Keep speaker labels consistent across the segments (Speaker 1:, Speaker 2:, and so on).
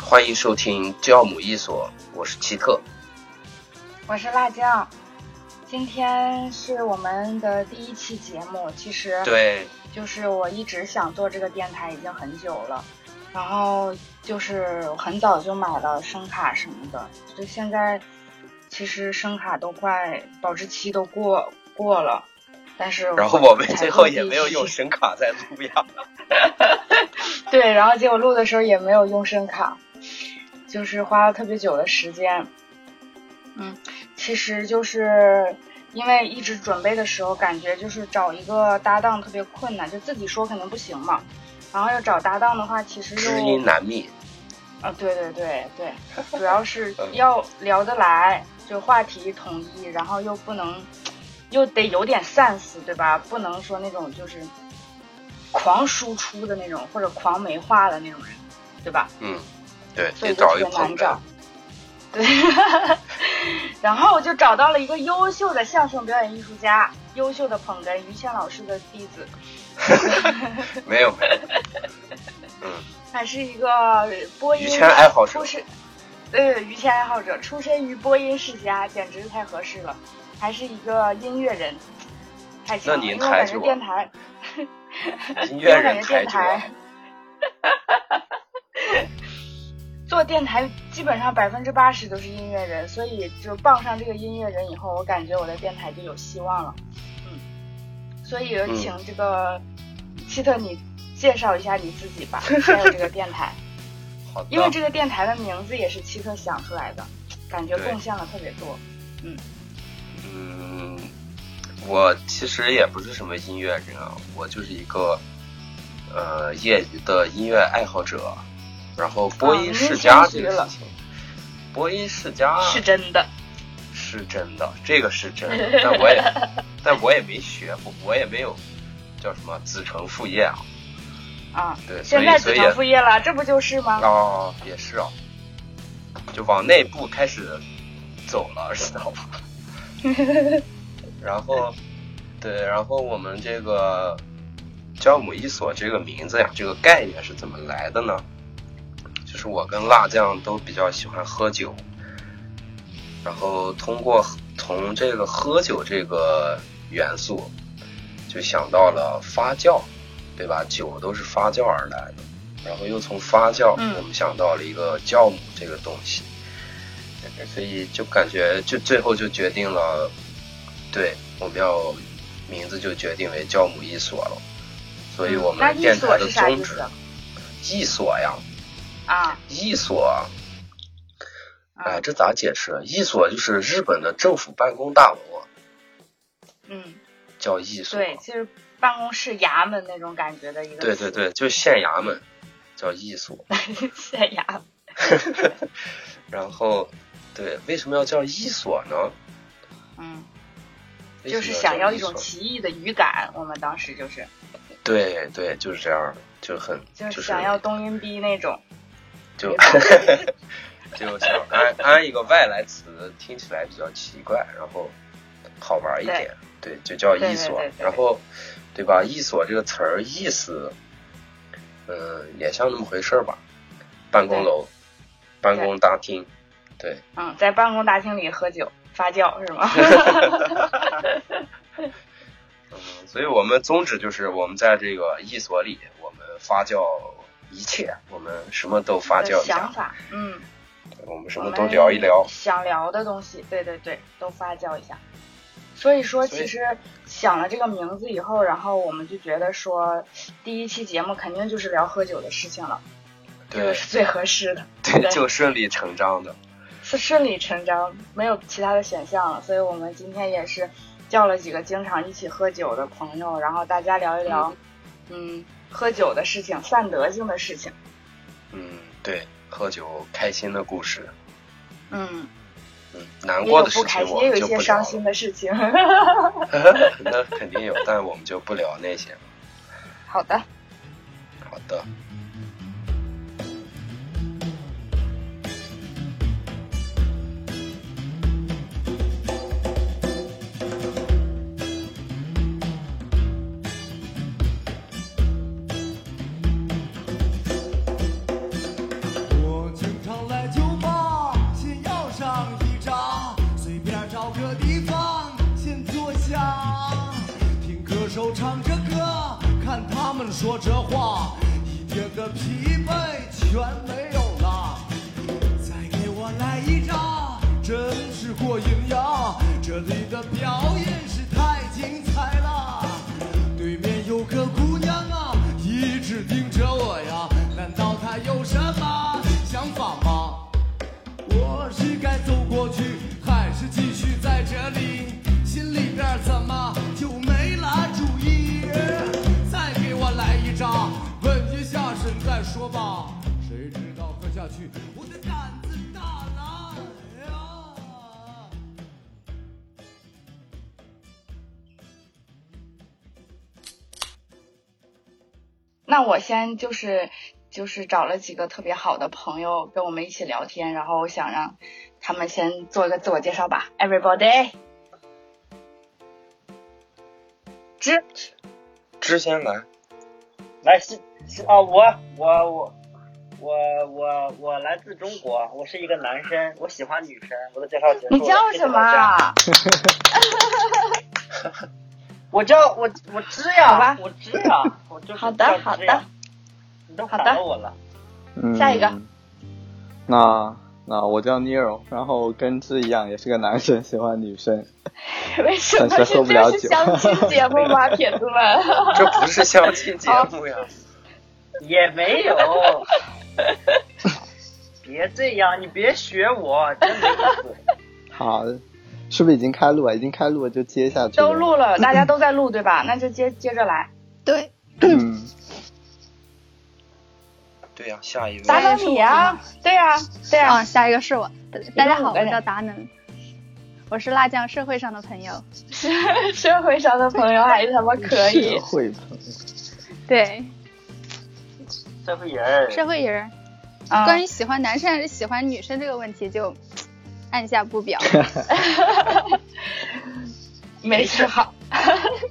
Speaker 1: 欢迎收听教母一所，我是奇特。
Speaker 2: 我是辣酱，今天是我们的第一期节目，其实
Speaker 1: 对，
Speaker 2: 就是我一直想做这个电台已经很久了，然后就是很早就买了声卡什么的，就现在其实声卡都快保质期都过过了，但是
Speaker 1: 然后我们最后也没有用声
Speaker 2: 声，
Speaker 1: 卡在 录呀。
Speaker 2: 对，然后结果录的时候也没有用声卡，就是花了特别久的时间。嗯，其实就是因为一直准备的时候，感觉就是找一个搭档特别困难，就自己说肯定不行嘛。然后要找搭档的话，其实
Speaker 1: 知
Speaker 2: 又
Speaker 1: 音难觅，
Speaker 2: 啊，对对对 对，主要是
Speaker 1: 嗯
Speaker 2: 要聊得来，就话题统一，然后又不能，又得有点 sense，对吧？不能说那种就是狂输出的那种，或者狂没话的那种人，对吧？
Speaker 1: 嗯，对，
Speaker 2: 所
Speaker 1: 得
Speaker 2: 以就
Speaker 1: 找
Speaker 2: 特
Speaker 1: 一个
Speaker 2: 别
Speaker 1: 朋
Speaker 2: 难
Speaker 1: 友
Speaker 2: 找。。对， 然后我就找到了一个优秀的相声表演艺术家，优秀的捧哏于谦老师的弟子，
Speaker 1: 没有没有，
Speaker 2: 还是一个播音
Speaker 1: 于谦爱好者
Speaker 2: 出身，对于谦爱好者，出身于播音世家，简直太合适了，还是一个音乐人，太强了。
Speaker 1: 那您
Speaker 2: 因为我感
Speaker 1: 抬举
Speaker 2: 觉
Speaker 1: 我
Speaker 2: 电台，
Speaker 1: 音
Speaker 2: 因为
Speaker 1: 乐
Speaker 2: 我感
Speaker 1: 人
Speaker 2: 觉
Speaker 1: 抬举
Speaker 2: 电
Speaker 1: 我
Speaker 2: 台。，做电台基本上百分之八十都是音乐人，所以就傍上这个音乐人以后，我感觉我的电台就有希望了。嗯，所以
Speaker 1: 嗯
Speaker 2: 请这个希特你介绍一下你自己吧，还有这个电台。
Speaker 1: 好的，
Speaker 2: 因为这个电台的名字也是奇特想出来的，感觉
Speaker 1: 对
Speaker 2: 贡献了特别多。
Speaker 1: 嗯，我其实也不是什么音乐人啊，我就是一个呃业余的音乐爱好者，然后播音世家
Speaker 2: 啊
Speaker 1: 这
Speaker 2: 您谦虚
Speaker 1: 个事
Speaker 2: 了
Speaker 1: 情，播音世家
Speaker 2: 是真的，
Speaker 1: 是真的，这个是真的，但我也但我也没学过，我也没有叫什么子承父业啊，
Speaker 2: 啊，
Speaker 1: 对，所
Speaker 2: 现
Speaker 1: 以
Speaker 2: 在
Speaker 1: 所
Speaker 2: 子
Speaker 1: 以
Speaker 2: 承父业了，这不就是吗？
Speaker 1: 哦也是哦，就往内部开始走了，知道吧？ 然后对，然后我们这个教母一所这个名字呀，这个概念是怎么来的呢？就是我跟辣酱都比较喜欢喝酒，然后通过从这个喝酒这个元素，就想到了发酵，对吧？酒都是发酵而来的，然后又从发酵，
Speaker 2: 嗯
Speaker 1: 我们想到了一个酵母这个东西，所以就感觉就最后就决定了，对，我们要名字就决定为酵母一所了。所以我
Speaker 2: 嗯那
Speaker 1: 们
Speaker 2: 一
Speaker 1: 电台
Speaker 2: 所
Speaker 1: 的
Speaker 2: 是啥
Speaker 1: 宗
Speaker 2: 意
Speaker 1: 旨
Speaker 2: 思，
Speaker 1: 一所呀，
Speaker 2: 啊？
Speaker 1: 一所哎，
Speaker 2: 啊，
Speaker 1: 这咋解释？一所就是日本的政府办公大楼啊，
Speaker 2: 嗯，
Speaker 1: 叫一所。
Speaker 2: 对，就是办公室衙门那种感觉的一个
Speaker 1: 对对对，就是县衙门叫一所。
Speaker 2: 对，县衙
Speaker 1: 然后，对，为什么要叫一所呢？
Speaker 2: 嗯，
Speaker 1: 为
Speaker 2: 就
Speaker 1: 什
Speaker 2: 是
Speaker 1: 么
Speaker 2: 想
Speaker 1: 要
Speaker 2: 要
Speaker 1: 叫
Speaker 2: 一种
Speaker 1: 所
Speaker 2: 奇异的语感，我们当时就是
Speaker 1: 对对，就是这样，就很
Speaker 2: 就
Speaker 1: 就是
Speaker 2: 想要东音逼那种，
Speaker 1: 就 就想安安一个外来词，听起来比较奇怪，然后好玩一点，对，就叫
Speaker 2: 对
Speaker 1: 一所
Speaker 2: 对对。对
Speaker 1: 然后，对吧？一所这个词儿意思，嗯、也像那么回事儿吧。办公楼、办公大厅，对，
Speaker 2: 嗯，在办公大厅里喝酒发酵是吗？
Speaker 1: 嗯，所以我们宗旨就是我们在这个一所里，我们发酵一切，我们什么都 发酵一下
Speaker 2: 想，法，嗯。
Speaker 1: 我们什么都聊一聊。
Speaker 2: 想聊的东西，对对对，都发酵一下。所以说，
Speaker 1: 所以
Speaker 2: 其实想了这个名字以后，然后我们就觉得说，第一期节目肯定就是聊喝酒的事情了，这
Speaker 1: 对
Speaker 2: 个是最合适的，
Speaker 1: 对，
Speaker 2: 对
Speaker 1: 就顺理成章的。
Speaker 2: 是顺理成章，没有其他的选项了。所以我们今天也是叫了几个经常一起喝酒的朋友，然后大家聊一聊，嗯，喝酒的事情，散德性的事情。
Speaker 1: 嗯，对，喝酒开心的故事，
Speaker 2: 嗯，
Speaker 1: 嗯，难
Speaker 2: 也
Speaker 1: 过
Speaker 2: 有
Speaker 1: 的事
Speaker 2: 不开
Speaker 1: 情
Speaker 2: 心，
Speaker 1: 我
Speaker 2: 也有
Speaker 1: 们
Speaker 2: 一
Speaker 1: 就不聊
Speaker 2: 些伤
Speaker 1: 了。
Speaker 2: 心的事情。
Speaker 1: 那肯定有，但我们就不聊那些了。
Speaker 2: 好的，
Speaker 1: 好的。
Speaker 3: 我请他唱着歌，看他们说这话，一点的疲惫全没有了。再给我来一扎，真是过瘾呀！这里的表演是太精彩了。对面有个姑娘啊，一直盯着我呀，难道她有什么想法吗？我是该走过去，还是继续在这里？心里边怎么就没了主意？再给我来一张，稳一下身再说吧。谁知道喝下去，我的胆子大了哎呀！
Speaker 2: 那我先就是就是找了几个特别好的朋友跟我们一起聊天，然后我想让他们先做一个自我介绍吧。Everybody，之
Speaker 1: 之先来，
Speaker 4: 来是是啊，我我我我我我来自中国，我是一个男生，我喜欢女生。我的介绍结束了。
Speaker 2: 你叫
Speaker 4: 谢谢
Speaker 2: 什么
Speaker 4: 大家？
Speaker 2: 啊？
Speaker 4: 我叫我我知
Speaker 2: 好
Speaker 4: 呀
Speaker 2: 吧，
Speaker 4: 我知呀，我就是
Speaker 2: 好的
Speaker 4: 叫
Speaker 2: 好
Speaker 4: 知呀
Speaker 2: 的，
Speaker 4: 你都
Speaker 2: 好
Speaker 4: 喊
Speaker 2: 的
Speaker 4: 到我了。
Speaker 5: 嗯
Speaker 2: 下一个。
Speaker 5: 那那我叫 Nero，然后跟志一样，也是个男生，喜欢女生。
Speaker 2: 为什么
Speaker 5: 暂
Speaker 2: 是
Speaker 5: 时喝不
Speaker 2: 这
Speaker 5: 了
Speaker 2: 是
Speaker 5: 酒
Speaker 2: 相亲节目 吗，铁子们？
Speaker 1: 这不是相亲节目 呀，
Speaker 4: 也没有。别这样，你别学我，真没意思。
Speaker 5: 好，是不是已经开录啊？已经开录了就接下去。
Speaker 2: 都。录了，大家都在录对吧？那就接接着来。
Speaker 6: 对，
Speaker 5: 嗯，
Speaker 1: 对呀、下一
Speaker 2: 达
Speaker 6: 咱
Speaker 1: 位，
Speaker 2: 能你啊，对呀、对啊呀、
Speaker 4: 啊
Speaker 6: 嗯，下一个是我。大家好，
Speaker 2: 一共五个
Speaker 6: 我
Speaker 2: 人
Speaker 6: 叫达能，我是辣酱社会上的朋友。
Speaker 2: 社会上的朋友还他妈可以
Speaker 5: 社。会朋友
Speaker 6: 对，
Speaker 4: 社会人儿，
Speaker 6: 社会人。
Speaker 2: 啊
Speaker 6: 关于喜欢男生还是喜欢女生这个问题，就按下不表。
Speaker 2: 没事，好，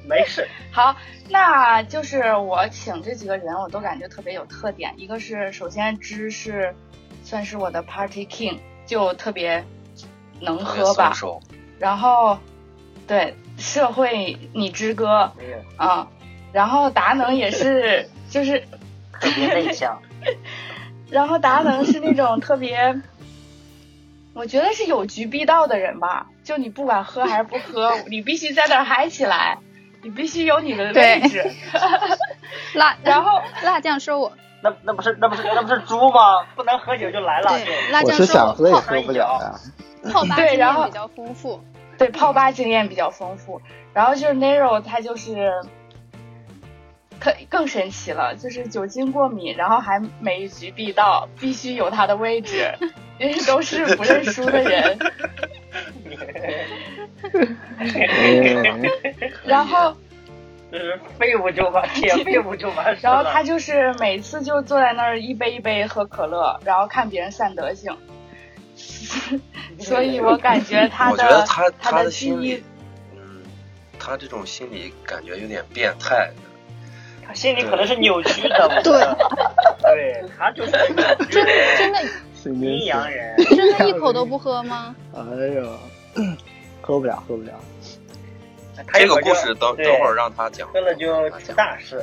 Speaker 4: 没事。
Speaker 2: 好，那就是我请这几个人，我都感觉特别有特点。一个是首先芝是算是我的 party king，就特别能喝吧
Speaker 1: 松，手，
Speaker 2: 然后对社会你之歌
Speaker 4: 没有
Speaker 2: 啊，然后达能也 是就是
Speaker 4: 特别内向，
Speaker 2: 然后达能是那种特别， 我觉得是有局必到的人吧。就你不管喝还是不 喝，你必须在那儿嗨起来，你必须有你的位
Speaker 6: 对
Speaker 2: 置。
Speaker 6: 辣，
Speaker 2: 然后
Speaker 6: 辣酱说我，
Speaker 4: 那那不是那不是那不是猪吗？不能喝酒就来了。
Speaker 6: 对，辣
Speaker 5: 我
Speaker 6: 酱
Speaker 5: 是想
Speaker 6: 说
Speaker 5: 喝也喝不了啊呀、
Speaker 6: 我泡吧
Speaker 2: 对
Speaker 6: 经
Speaker 2: 然后
Speaker 6: 验比较丰富。
Speaker 2: 对泡
Speaker 1: 嗯
Speaker 2: 吧经验比较丰富，然后就是 Nero 他就是。更更神奇了，就是酒精过敏，然后还每一局必到，必须有他的位置，因为都是不认输的人。
Speaker 5: 嗯
Speaker 2: 然后
Speaker 4: 这是 废物就完，铁废物就完事
Speaker 2: 然后
Speaker 4: 了。
Speaker 2: 他就是每次就坐在那儿一杯一杯喝可乐，然后看别人散德性， 所以我感觉他
Speaker 1: 我觉
Speaker 2: 的
Speaker 1: 得他
Speaker 2: 他
Speaker 1: 他的
Speaker 2: 记
Speaker 1: 心
Speaker 2: 忆
Speaker 1: 理，嗯，他这种心理感觉有点变态，
Speaker 4: 他心里可能是扭曲的。我 觉得，对他就是扭曲
Speaker 6: 真的
Speaker 4: 的
Speaker 6: 真的
Speaker 5: 神经
Speaker 4: 阴
Speaker 5: 病
Speaker 4: 阳 人。
Speaker 6: 真的一口都不喝吗？
Speaker 5: 哎呦， 喝不了，喝不了。
Speaker 4: 他一
Speaker 1: 这个
Speaker 4: 会哎儿就
Speaker 1: 故事等
Speaker 4: 对
Speaker 1: 等会儿让他讲，
Speaker 4: 喝了就
Speaker 1: 让他
Speaker 4: 出
Speaker 1: 讲
Speaker 4: 大事。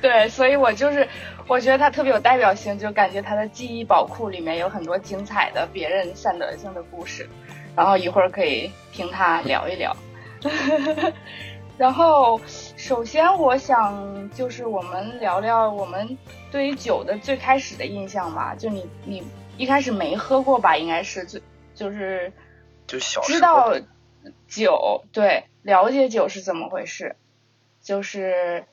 Speaker 2: 对，所以我就是我觉得他特别有代表性，就感觉他的记忆宝库里面有很多精彩的别人散德性的故事，然后一会儿可以听他聊一聊。 然后，首先我想就是我们聊聊我们对于酒的最开始的印象吧，就你你一开始没喝过吧，应该是最就是
Speaker 1: 就小时候
Speaker 2: 知道酒，对，了解酒是怎么回事，就是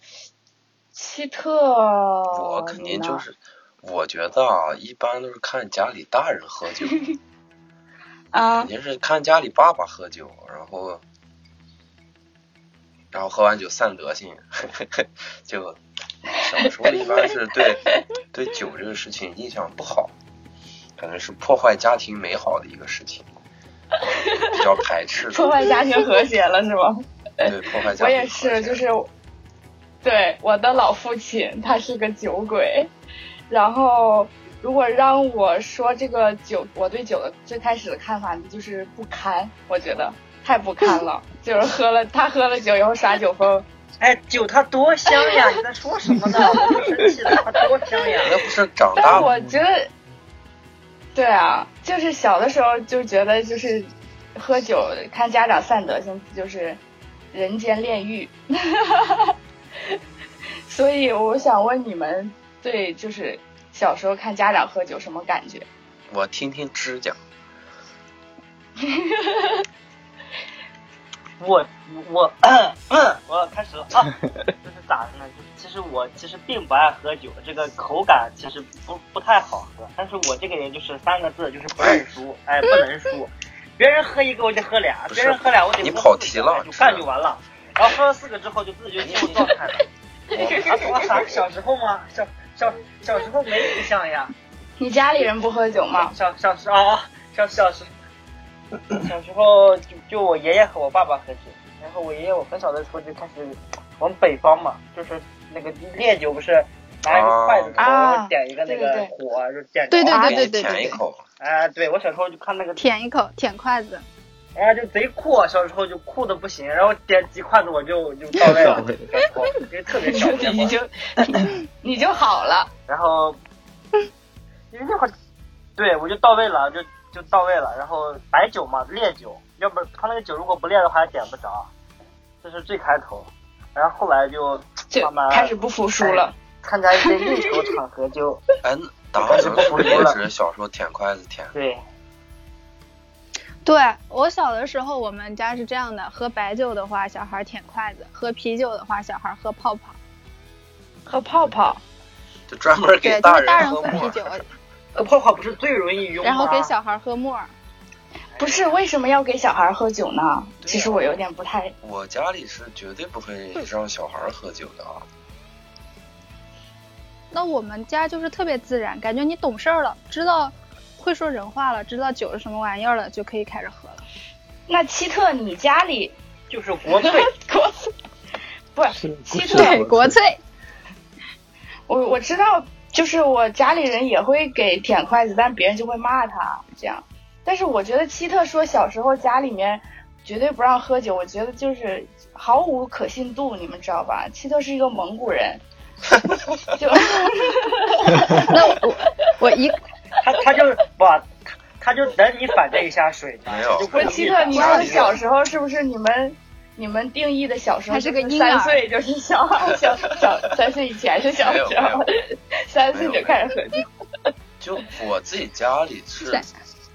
Speaker 2: 希特，
Speaker 1: 我
Speaker 2: 我
Speaker 1: 肯定
Speaker 2: 哦
Speaker 1: 就是，我觉得啊，一般都是看家里大人喝酒，肯
Speaker 2: 啊，
Speaker 1: 定是看家里爸爸喝酒，然后，然后喝完酒散德性， 就小时候一般是对对酒这个事情印象不好，可能是破坏家庭美好的一个事情，比较排斥
Speaker 2: 破坏家庭和谐了是吗？
Speaker 1: 对破坏家庭和谐。
Speaker 2: 我也是，就是对我的老父亲，他是个酒鬼。然后，如果让我说这个酒，我对酒的最开始的看法 就是不堪，我觉得太不堪了，就是喝了他喝了酒以后耍酒疯，
Speaker 4: 哎，酒它多香呀！你在说什么呢？我就生气了，它多香呀！
Speaker 1: 那不是长大
Speaker 2: 但
Speaker 1: 了
Speaker 2: 我
Speaker 1: 吗
Speaker 2: 觉得，对啊，就是小的时候就觉得就是喝酒看家长散德性就是人间炼狱， 所以我想问你们对就是小时候看家长喝酒什么感觉？
Speaker 1: 我听听支讲，
Speaker 4: 我 我我要开始了 啊！就是咋的呢？就是其实我其实并不爱喝酒，这个口感其实不不太好喝。但是我这个人就是三个字，就是不认输，哎，不能输。别人喝一个我得喝俩，
Speaker 1: 不是
Speaker 4: 别人喝俩我得喝
Speaker 1: 你
Speaker 4: 四个
Speaker 1: 跑题了
Speaker 4: 哎就干就完了。然后喝了四个之后就自觉进入状态了。
Speaker 1: 哎
Speaker 4: 我啊，咱小时候嘛，小小小时候没印象呀。
Speaker 2: 你家里人不喝酒吗？
Speaker 4: 小小时啊，小小时，小时候就就我爷爷和我爸爸喝酒，然后我爷爷我很小的时候就开始，我们北方嘛，就是那个烈酒不是拿一个筷子头、
Speaker 2: 啊
Speaker 4: 点一个那
Speaker 2: 对对
Speaker 4: 个火、就点着，
Speaker 6: 对对
Speaker 1: 我
Speaker 6: 对
Speaker 1: 给
Speaker 6: 对
Speaker 1: 你
Speaker 6: 对
Speaker 1: 舔一
Speaker 6: 对对，
Speaker 1: 口。
Speaker 4: 哎、对我小时候就看那个，
Speaker 6: 舔一口，舔筷子，
Speaker 4: 哎、就贼酷，小时候就酷的不行，然后点几筷子我就就到位了，因为特别小，
Speaker 2: 你就 你就好了，
Speaker 4: 然后因为那会儿，对我就到位了，就就到位了。然后白酒嘛，烈酒，要不他那个酒如果不烈的话，还点不着。这是最开头，然后后来就
Speaker 2: 就
Speaker 4: 慢慢哎
Speaker 2: 开始不服输了。
Speaker 4: 参加一些应酬场合就，，
Speaker 1: 哎，那当时说也是小时候舔筷子舔
Speaker 4: 对
Speaker 6: 对我小的时候，我们家是这样的：喝白酒的话，小孩舔筷子；喝啤酒的话，小孩喝泡泡。
Speaker 2: 喝泡泡，
Speaker 1: 就专门
Speaker 6: 对，
Speaker 1: 给
Speaker 6: 就是大
Speaker 1: 人
Speaker 6: 人
Speaker 1: 喝
Speaker 6: 喝 啤
Speaker 1: 沫。
Speaker 6: 酒，
Speaker 4: 呃，泡泡不是最容易晕吗？
Speaker 6: 然后给小孩喝沫儿。
Speaker 2: 不是为什么要给小孩喝酒呢？其实我有点不太
Speaker 1: 我家里是绝对不会让小孩儿喝酒的啊。
Speaker 6: 那我们家就是特别自然，感觉你懂事儿了，知道会说人话了，知道酒是什么玩意儿了，就可以开始喝了。
Speaker 2: 那希特，你家里
Speaker 4: 就是 国粹，
Speaker 2: 国粹 不是
Speaker 5: 是
Speaker 2: 希
Speaker 5: 是
Speaker 2: 特，
Speaker 5: 对国
Speaker 6: 粹。
Speaker 2: 我我知道，就是我家里人也会给舔筷子，但别人就会骂他这样。但是我觉得希特说小时候家里面绝对不让喝酒，我觉得就是毫无可信度，你们知道吧？希特是一个蒙古人， 就
Speaker 6: 那我我一
Speaker 4: 他他就不，他他就等你反对一下水嘛，
Speaker 1: 没有
Speaker 4: 就故
Speaker 2: 我
Speaker 4: 意
Speaker 2: 希特，你说
Speaker 4: 让
Speaker 2: 的
Speaker 4: 晕
Speaker 2: 小时候是不是你们？你们定义的小时候
Speaker 6: 还是个
Speaker 2: 就
Speaker 6: 婴儿
Speaker 2: 三岁就是小孩，小小三岁以前是小
Speaker 1: 没有
Speaker 6: 哎
Speaker 1: 没
Speaker 2: 时候
Speaker 1: 有，
Speaker 2: 三岁就开始喝酒。
Speaker 1: 就我自己家里是
Speaker 6: 对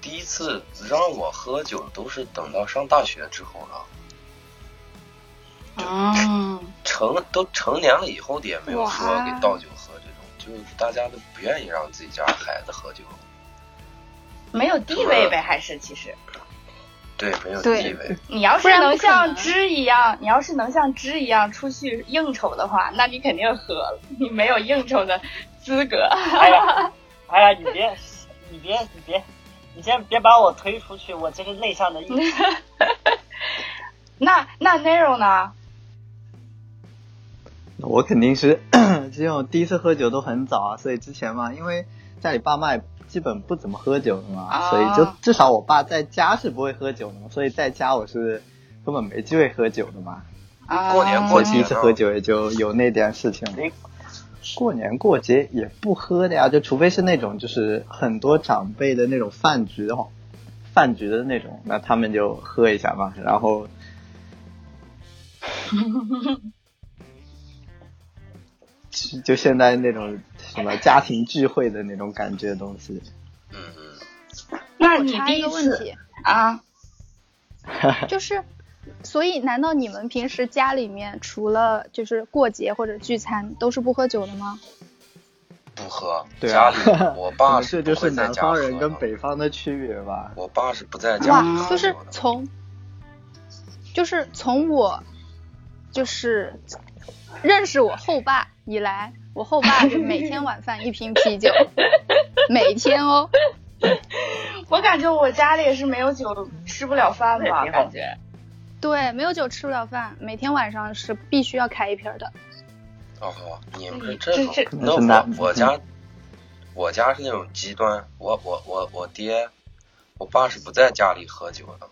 Speaker 1: 第一次让我喝酒，都是等到上大学之后了，
Speaker 6: 哦
Speaker 2: 嗯，
Speaker 1: 成了都成年了以后的也没有说
Speaker 6: 哇
Speaker 1: 给倒酒喝这种，就是大家都不愿意让自己家孩子喝酒，
Speaker 2: 没有地位
Speaker 6: 嗯
Speaker 2: 呗，还是其实
Speaker 1: 对，没有
Speaker 6: 对
Speaker 1: 地位。
Speaker 2: 你要
Speaker 6: 不
Speaker 2: 是
Speaker 6: 然不
Speaker 2: 能
Speaker 6: 可能啊
Speaker 2: 像芝一样，你要是能像芝一样出去应酬的话，那你肯定喝了，你没有应酬的资格。
Speaker 4: 哎呀，哎呀，你别，你别，你别，你先别把我推出去，我这是内向的一。
Speaker 2: 那那 Nero 呢？
Speaker 5: 我肯定是 这种第一次喝酒都很早啊，所以之前嘛，因为家里爸妈也基本不怎么喝酒的嘛，
Speaker 2: 啊
Speaker 5: 所以就至少我爸在家是不会喝酒的嘛，所以在家我是根本没机会喝酒的嘛，
Speaker 2: 啊，
Speaker 1: 过年过
Speaker 5: 所以
Speaker 1: 节
Speaker 5: 第一次喝酒也就有那点事情
Speaker 1: 哎
Speaker 5: 了。过年过节也不喝的呀，就除非是那种就是很多长辈的那种饭局的话，饭局的那种，那他们就喝一下嘛，然后就就现在那种什么家庭聚会的那种感觉的东西。
Speaker 1: 嗯，嗯
Speaker 2: 那
Speaker 6: 我
Speaker 2: 你
Speaker 6: 插
Speaker 2: 第
Speaker 6: 一
Speaker 2: 一
Speaker 6: 个问
Speaker 2: 次
Speaker 6: 题，
Speaker 2: 啊？
Speaker 6: 就是，所以难道你们平时家里面除了就是过节或者聚餐，都是不喝酒的吗？
Speaker 1: 不喝，
Speaker 5: 对
Speaker 1: 家
Speaker 5: 啊
Speaker 1: 里我 爸
Speaker 5: 这
Speaker 1: 是
Speaker 5: 就
Speaker 1: 不
Speaker 5: 是
Speaker 1: 会在
Speaker 5: 南
Speaker 1: 家喝
Speaker 5: 方
Speaker 1: 的
Speaker 5: 人跟北方的区别吧。
Speaker 1: 我爸是不在家
Speaker 6: 哇
Speaker 1: 喝，
Speaker 6: 就
Speaker 1: 酒
Speaker 6: 是
Speaker 1: 的。
Speaker 6: 从，就是从我，就是认识我后爸以来，我后爸是每天晚饭一瓶啤酒，每天哦。
Speaker 2: 我感觉我家里也是没有酒吃不了饭
Speaker 4: 那也
Speaker 2: 吧，
Speaker 4: 挺好
Speaker 2: 感觉。
Speaker 6: 对，没有酒吃不了饭，每天晚上是必须要开一瓶儿的。
Speaker 1: 哦，你们是
Speaker 2: 这
Speaker 1: 这种
Speaker 2: 这，
Speaker 1: 那
Speaker 5: 可能
Speaker 1: 我
Speaker 5: 是
Speaker 1: 我
Speaker 5: 南
Speaker 1: 家，我家是那种极端，我我我我爹，我爸是不在家里喝酒的，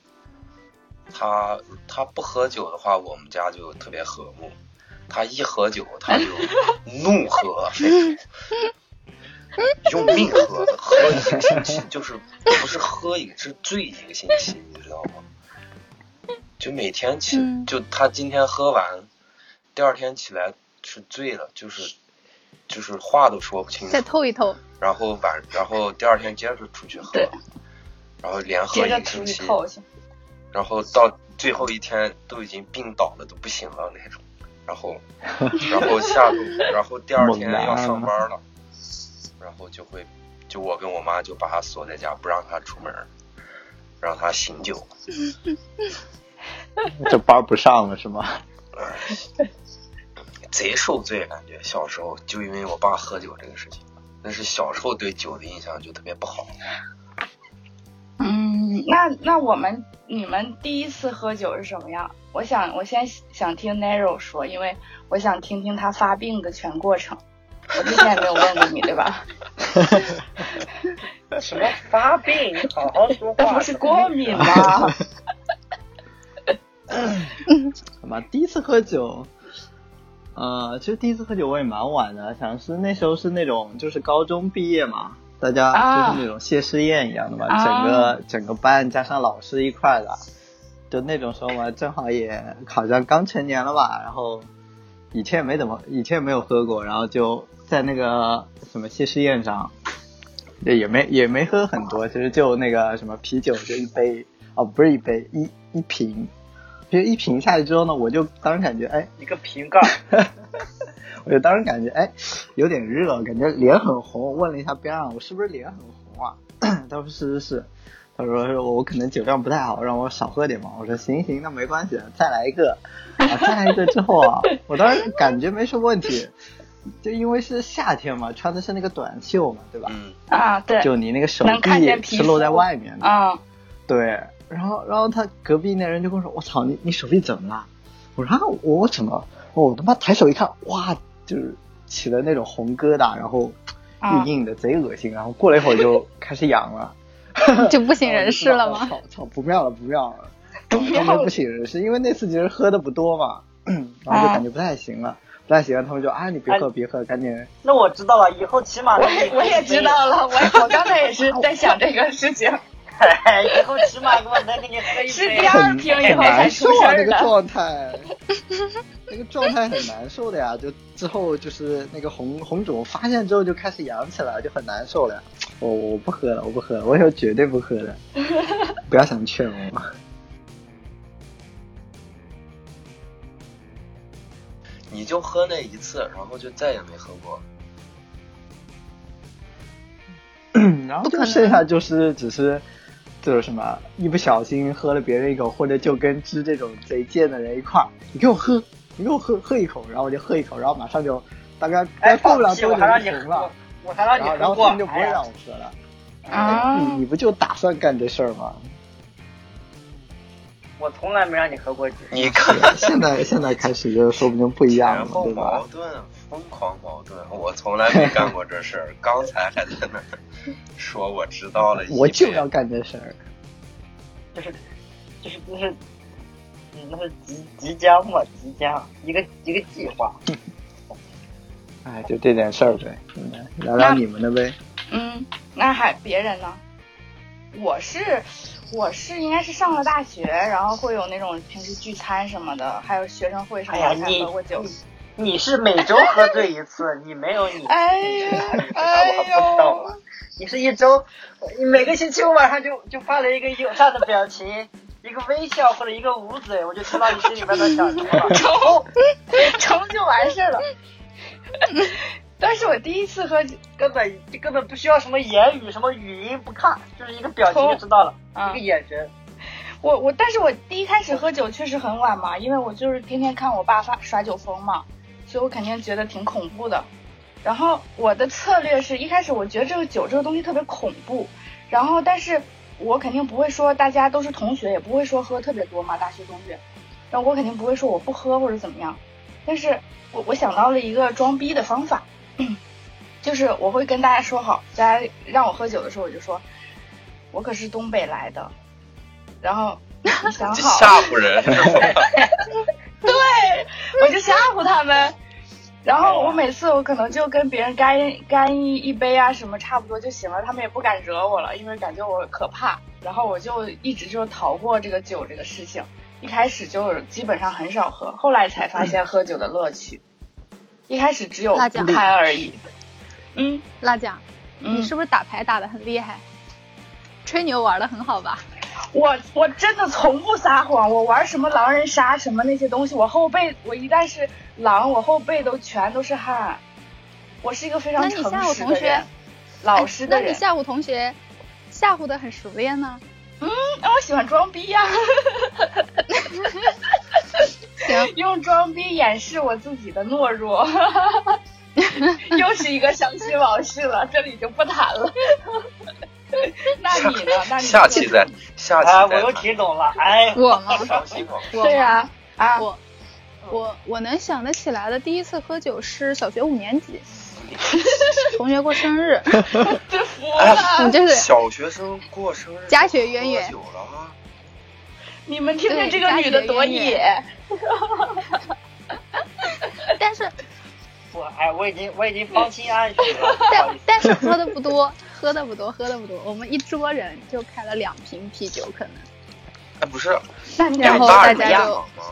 Speaker 1: 他他不喝酒的话，我们家就特别和睦，他一喝酒他就怒喝， 用命喝，喝一个星期，就是不是喝一个，是醉一个星期，你知道吗？就每天起，
Speaker 6: 嗯
Speaker 1: 就他今天喝完，第二天起来是醉了，就是就是话都说不清楚
Speaker 6: 再，透一透，
Speaker 1: 然后晚，然后第二天接着出去喝
Speaker 2: 对，
Speaker 1: 然后连喝
Speaker 2: 接
Speaker 1: 一
Speaker 2: 着
Speaker 1: 个
Speaker 2: 出
Speaker 1: 星
Speaker 2: 去
Speaker 1: 期，
Speaker 2: 透去。
Speaker 1: 然后到最后一天都已经病倒了，都不行了那种。然 后，然后下周，然后第二天要上班了，然后就会，就我跟我妈就把他锁在家，不让他出门，让他醒酒。
Speaker 5: 这班儿不上了是吗？
Speaker 1: 哎，贼受罪，感觉小时候就因为我爸喝酒这个事情，那是小时候对酒的印象就特别不好。
Speaker 2: 嗯，那那我们你们第一次喝酒是什么样？我想我先想听 Nero 说，因为我想听听他发病的全过程。我之前也没有问过你，对吧？
Speaker 4: 什么发病？你好好说
Speaker 2: 那不是过敏吗？
Speaker 5: 什么？第一次喝酒，呃，其实第一次喝酒我也蛮晚的，想是那时候是那种就是高中毕业嘛，大
Speaker 2: 啊
Speaker 5: 家就是那种谢师宴一样的嘛，
Speaker 2: 啊
Speaker 5: 整个整个班加上老师一块的，就那种时候嘛，正好也好像刚成年了吧，然后以前也没怎么，以前也没有喝过，然后就在那个什么谢师宴上，也也没也没喝很多，其实就那个什么啤酒就一杯，哦不是一杯一一瓶，就一瓶下去之后呢，我就当时感觉哎，
Speaker 4: 一个瓶盖，
Speaker 5: 我就当时感觉哎有点热，感觉脸很红，我问了一下边啊上我是不是脸很红啊？他说是是是，他说是我可能酒量不太好，让我少喝点嘛。我说行行，那没关系，再来一个，啊再来一个之后啊，我当时感觉没什么问题，就因为是夏天嘛，穿的是那个短袖嘛，对吧？
Speaker 1: 嗯，
Speaker 2: 啊，对，
Speaker 5: 就你那个手
Speaker 2: 能看见
Speaker 5: 臂
Speaker 2: 皮
Speaker 5: 是露在
Speaker 2: 肤
Speaker 5: 外面的，
Speaker 2: 啊，
Speaker 5: 对，然后然后他隔壁那人就跟我说：“我操，你你手臂怎么了？”我说：“啊，我我怎么？我他妈抬手一看，哇，就是起了那种红疙瘩，然后
Speaker 2: 啊
Speaker 5: 硬硬的，贼恶心。然后过了一会儿就开始痒了，
Speaker 6: 就不省人事了
Speaker 5: 然后我
Speaker 6: 吗？
Speaker 5: 就知道哦操操，不妙了，不妙了！
Speaker 2: 不
Speaker 5: 他
Speaker 2: 妙
Speaker 5: 们
Speaker 2: 了
Speaker 5: 不省人事，因为那次其实喝的不多嘛， 然后就感觉不太行了，不太行了。他们就啊，你别喝，别喝，赶紧
Speaker 4: 那我知道了，以后起码
Speaker 2: 我也我也知道了，我我刚才也是在想这个事情，
Speaker 4: 以后起码给我能给你喝一
Speaker 2: 是
Speaker 4: 杯
Speaker 2: 第。二
Speaker 5: 很
Speaker 2: 瓶以
Speaker 5: 很
Speaker 2: 后才
Speaker 5: 难
Speaker 2: 出
Speaker 5: 受
Speaker 2: 事
Speaker 5: 啊，那
Speaker 2: 儿
Speaker 5: 个
Speaker 2: 的。
Speaker 5: 状态，那个状态很难受的呀。就之后就是那个红红肿发现之后就开始痒起来，就很难受了。我我不喝了，我不喝了，我以后绝对不喝了。不要想劝我。
Speaker 1: 你就喝那一次，然后就再也没喝过。
Speaker 5: 嗯然
Speaker 6: 不
Speaker 5: 后
Speaker 6: 可
Speaker 5: 就
Speaker 6: 能
Speaker 5: 剩下就是只是就是什么，一不小心喝了别人一口，或者就跟支这种贼贱的人一块儿，你给我喝，你给我喝喝一口，然后我就喝一口，然后马上就大概
Speaker 4: 哎，
Speaker 5: 大概过
Speaker 4: 放
Speaker 5: 不了
Speaker 4: 屁！
Speaker 5: 多久
Speaker 4: 我
Speaker 5: 就
Speaker 4: 还让你
Speaker 5: 停
Speaker 4: 喝
Speaker 5: 了，，
Speaker 4: 我还让
Speaker 5: 然后
Speaker 4: 你喝
Speaker 5: 然后
Speaker 4: 过。
Speaker 5: 他们就不会
Speaker 4: 哎呀
Speaker 5: 让我喝了。
Speaker 2: 啊
Speaker 5: 哎你你不就打算干这事儿吗？
Speaker 4: 我从来没让你喝过酒。
Speaker 1: 你看。
Speaker 5: 现在现在开始就说不定不一样
Speaker 1: 前
Speaker 5: 了，
Speaker 1: 后
Speaker 5: 对吧
Speaker 1: 矛？盾，啊疯狂矛盾，我从来没干过这事儿。 刚才还在那儿说我知道了一遍，
Speaker 5: 我就要干这事儿，
Speaker 4: 就是就是就是，嗯，那是即即将嘛，即将一个一个计划。
Speaker 5: 哎，就这点事儿呗。嗯聊聊你们的呗。
Speaker 2: 嗯，那还别人呢？我是我是应该是上了大学，然后会有那种平时聚餐什么的，还有学生会上
Speaker 4: 哎呀，
Speaker 2: 面才
Speaker 4: 你
Speaker 2: 喝过酒。
Speaker 4: 你你是每周喝醉一次，你没有你，
Speaker 2: 哎
Speaker 4: 你
Speaker 2: 呀
Speaker 4: 知道我还 不
Speaker 2: 哎呦
Speaker 4: 知道吗？你是一周，你每个星期五晚上就就发了一个友善的表情，一个微笑或者一个捂嘴，我就知道你心里边在想什么 了。
Speaker 2: 成成 就完事儿了。但是我第一次喝酒，
Speaker 4: 根本根本不需要什么言语，什么语音不看，就是一个表情就知道了，
Speaker 2: 啊、
Speaker 4: 一个眼神。
Speaker 2: 我我，但是我第一开始喝酒确实很晚嘛，因为我就是天天看我爸发耍酒疯嘛，所以我肯定觉得挺恐怖的。然后我的策略是一开始我觉得这个酒这个东西特别恐怖，然后但是我肯定不会说大家都是同学，也不会说喝特别多嘛，大学同学，然后我肯定不会说我不喝或者怎么样。但是我我想到了一个装逼的方 法，就是我会跟大家说好，大家让我喝酒的时候我就说，我可是东北来的，然后你想
Speaker 1: 这
Speaker 2: 好。
Speaker 1: 吓唬人是吧？
Speaker 2: 对，我就吓唬他们。然后我每次我可能就跟别人干干一一杯啊什么差不多就行了，他们也不敢惹我了，因为感觉我可怕。然后我就一直就逃过这个酒这个事情，一开始就基本上很少喝，后来才发现喝酒的乐趣。一开始只有
Speaker 6: 辣酱
Speaker 2: 不开而已。嗯
Speaker 6: 辣酱，
Speaker 2: 嗯，
Speaker 6: 你是不是打牌打得很厉害？吹牛玩的很好吧？
Speaker 2: 我我真的从不撒谎，我玩什么狼人杀什么那些东西，我后背我一旦是狼，我后背都全都是汗。我是一个非常
Speaker 6: 那你吓唬
Speaker 2: 诚实
Speaker 6: 同
Speaker 2: 的
Speaker 6: 学
Speaker 2: 人，老实的
Speaker 6: 哎那
Speaker 2: 人
Speaker 6: 你。吓唬同学，吓唬的很熟练呢、
Speaker 2: 那我哦喜欢装逼呀、
Speaker 6: 行，
Speaker 2: 用装逼掩饰我自己的懦 弱。又是一个伤心往事了，这里就不谈了。那 你呢？那你
Speaker 1: 下期再，下期
Speaker 5: 啊
Speaker 4: 哎，
Speaker 1: 再
Speaker 4: 我又
Speaker 1: 谈。
Speaker 4: 听懂了，哎，
Speaker 6: 我吗？
Speaker 1: 伤心往事
Speaker 6: 我
Speaker 2: 对
Speaker 6: 吗
Speaker 2: 呀、啊，
Speaker 6: 我我我能想得起来的第一次喝酒是小学五年级，同学过生 日，
Speaker 2: 真服
Speaker 1: 哎
Speaker 2: 了！
Speaker 6: 你这是
Speaker 1: 小学生过生日，
Speaker 6: 家学渊源
Speaker 1: 喝酒了啊！
Speaker 2: 你们听听
Speaker 6: 对
Speaker 2: 这个
Speaker 6: 家
Speaker 2: 女的
Speaker 6: 学
Speaker 2: 多
Speaker 6: 渊源
Speaker 2: 野。
Speaker 6: 但是
Speaker 4: 我哎，我已经我已经芳心暗许 了，不好
Speaker 6: 但
Speaker 4: 意思，
Speaker 6: 但是喝的不多，喝的不多，喝的不多，我们一桌人就开了两瓶啤酒，可能
Speaker 1: 哎，不是，
Speaker 2: 那你
Speaker 6: 然后
Speaker 1: 大
Speaker 6: 大
Speaker 1: 人
Speaker 6: 家就
Speaker 1: 吗？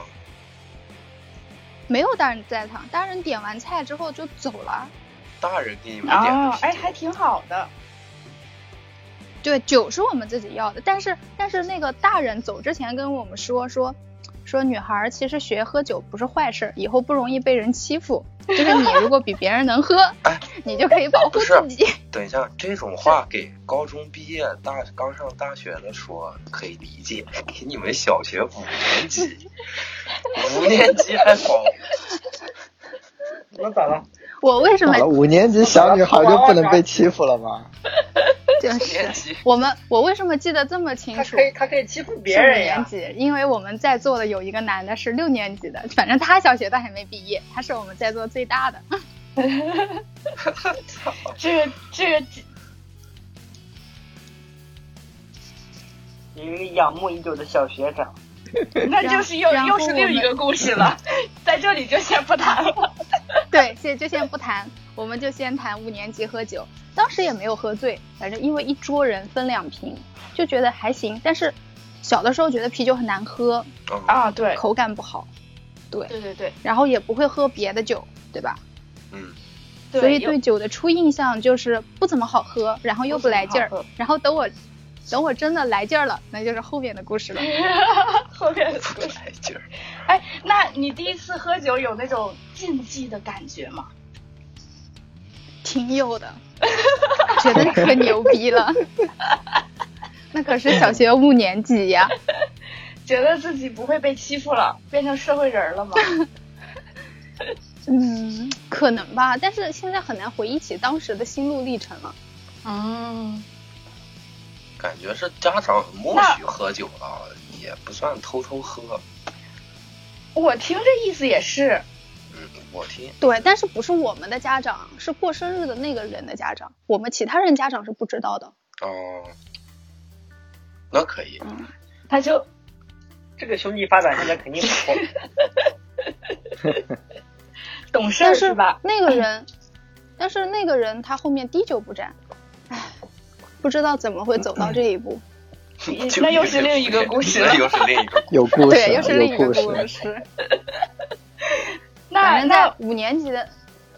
Speaker 6: 没有大人在场，大人点完菜之后就走了。
Speaker 1: 大人给你们点的
Speaker 2: 哦
Speaker 1: 啤，酒
Speaker 2: 哎，还挺好的。
Speaker 6: 对，酒是我们自己要的，但是但是那个大人走之前跟我们说说说，女孩儿其实学喝酒不是坏事儿，以后不容易被人欺负。就是你如果比别人能喝
Speaker 1: 哎，
Speaker 6: 你就可以保护
Speaker 1: 不是
Speaker 6: 自己。
Speaker 1: 等一下，这种话给高中毕业、大刚上大学的说可以理解，给你们小学五年 级，五年级还好，
Speaker 4: 我咋了？
Speaker 6: 我为什
Speaker 5: 好
Speaker 6: 么
Speaker 5: 了，五年级小女孩就不能被欺负了吗？
Speaker 6: 就
Speaker 1: 五年级
Speaker 6: 是我们我为什么记得这么清
Speaker 4: 他
Speaker 6: 楚
Speaker 4: 可？以他可以欺负别
Speaker 6: 是五
Speaker 4: 人
Speaker 6: 年
Speaker 4: 呀，
Speaker 6: 级，因为我们在座的有一个男的是六年级的，反正他小学但还没毕业，他是我们在座最大的。哦
Speaker 2: 这个这 个
Speaker 4: 一个仰慕已久的小学长，
Speaker 2: 那就是又
Speaker 6: 然后
Speaker 2: 又是另一个故事 了，在这里就先不谈了。
Speaker 6: 对，现在就先不谈，我们就先谈五年级喝酒。当时也没有喝醉，反正因为一桌人分两瓶，就觉得还行。但是小的时候觉得啤酒很难喝，
Speaker 1: 啊，
Speaker 2: 啊，对，
Speaker 6: 口感不好，对，
Speaker 2: 对对对
Speaker 6: 然后也不会喝别的酒，对吧？
Speaker 1: 嗯，
Speaker 6: 所以
Speaker 2: 有
Speaker 6: 对酒的初印象就是不怎么好喝，然后又不来劲儿
Speaker 2: 不怎么好，
Speaker 6: 然后等我等我真的来劲儿了，那就是后面的 故事了。
Speaker 2: 后面的
Speaker 1: 不
Speaker 2: 故事。
Speaker 1: 来劲儿。
Speaker 2: 哎，那你第一次喝酒有那种禁忌的感觉吗？
Speaker 6: 挺有 的，觉得可牛逼了。 那可是小学五年级呀、
Speaker 2: 觉得自己不会被欺负了，变成社会人 了吗？
Speaker 6: 嗯，可能吧，但是现在很难回忆起当时的心路历程了。
Speaker 2: 嗯，
Speaker 1: 感觉是家长默许喝酒了，也不算偷偷喝。
Speaker 2: 我听这意思也是，
Speaker 1: 嗯，我听
Speaker 6: 对，但是不是我们的家长，是过生日的那个人的家长，我们其他人家长是不知道的。
Speaker 1: 哦，那可以，
Speaker 2: 他就
Speaker 4: 这个兄弟发展现在肯定不错，
Speaker 2: 懂事儿
Speaker 6: 但
Speaker 2: 是吧？
Speaker 6: 那个人， 但是那个人他后面滴酒不沾，唉，不知道怎么会走到这一步。
Speaker 2: 嗯 那又是另一个故事了
Speaker 1: 那又是另一个故事。
Speaker 5: 有故事，啊
Speaker 6: 对，又是另一
Speaker 5: 有
Speaker 6: 个
Speaker 5: 故
Speaker 6: 故
Speaker 5: 事。
Speaker 6: 事。反
Speaker 2: 那
Speaker 6: 正在
Speaker 2: 那
Speaker 6: 五年级的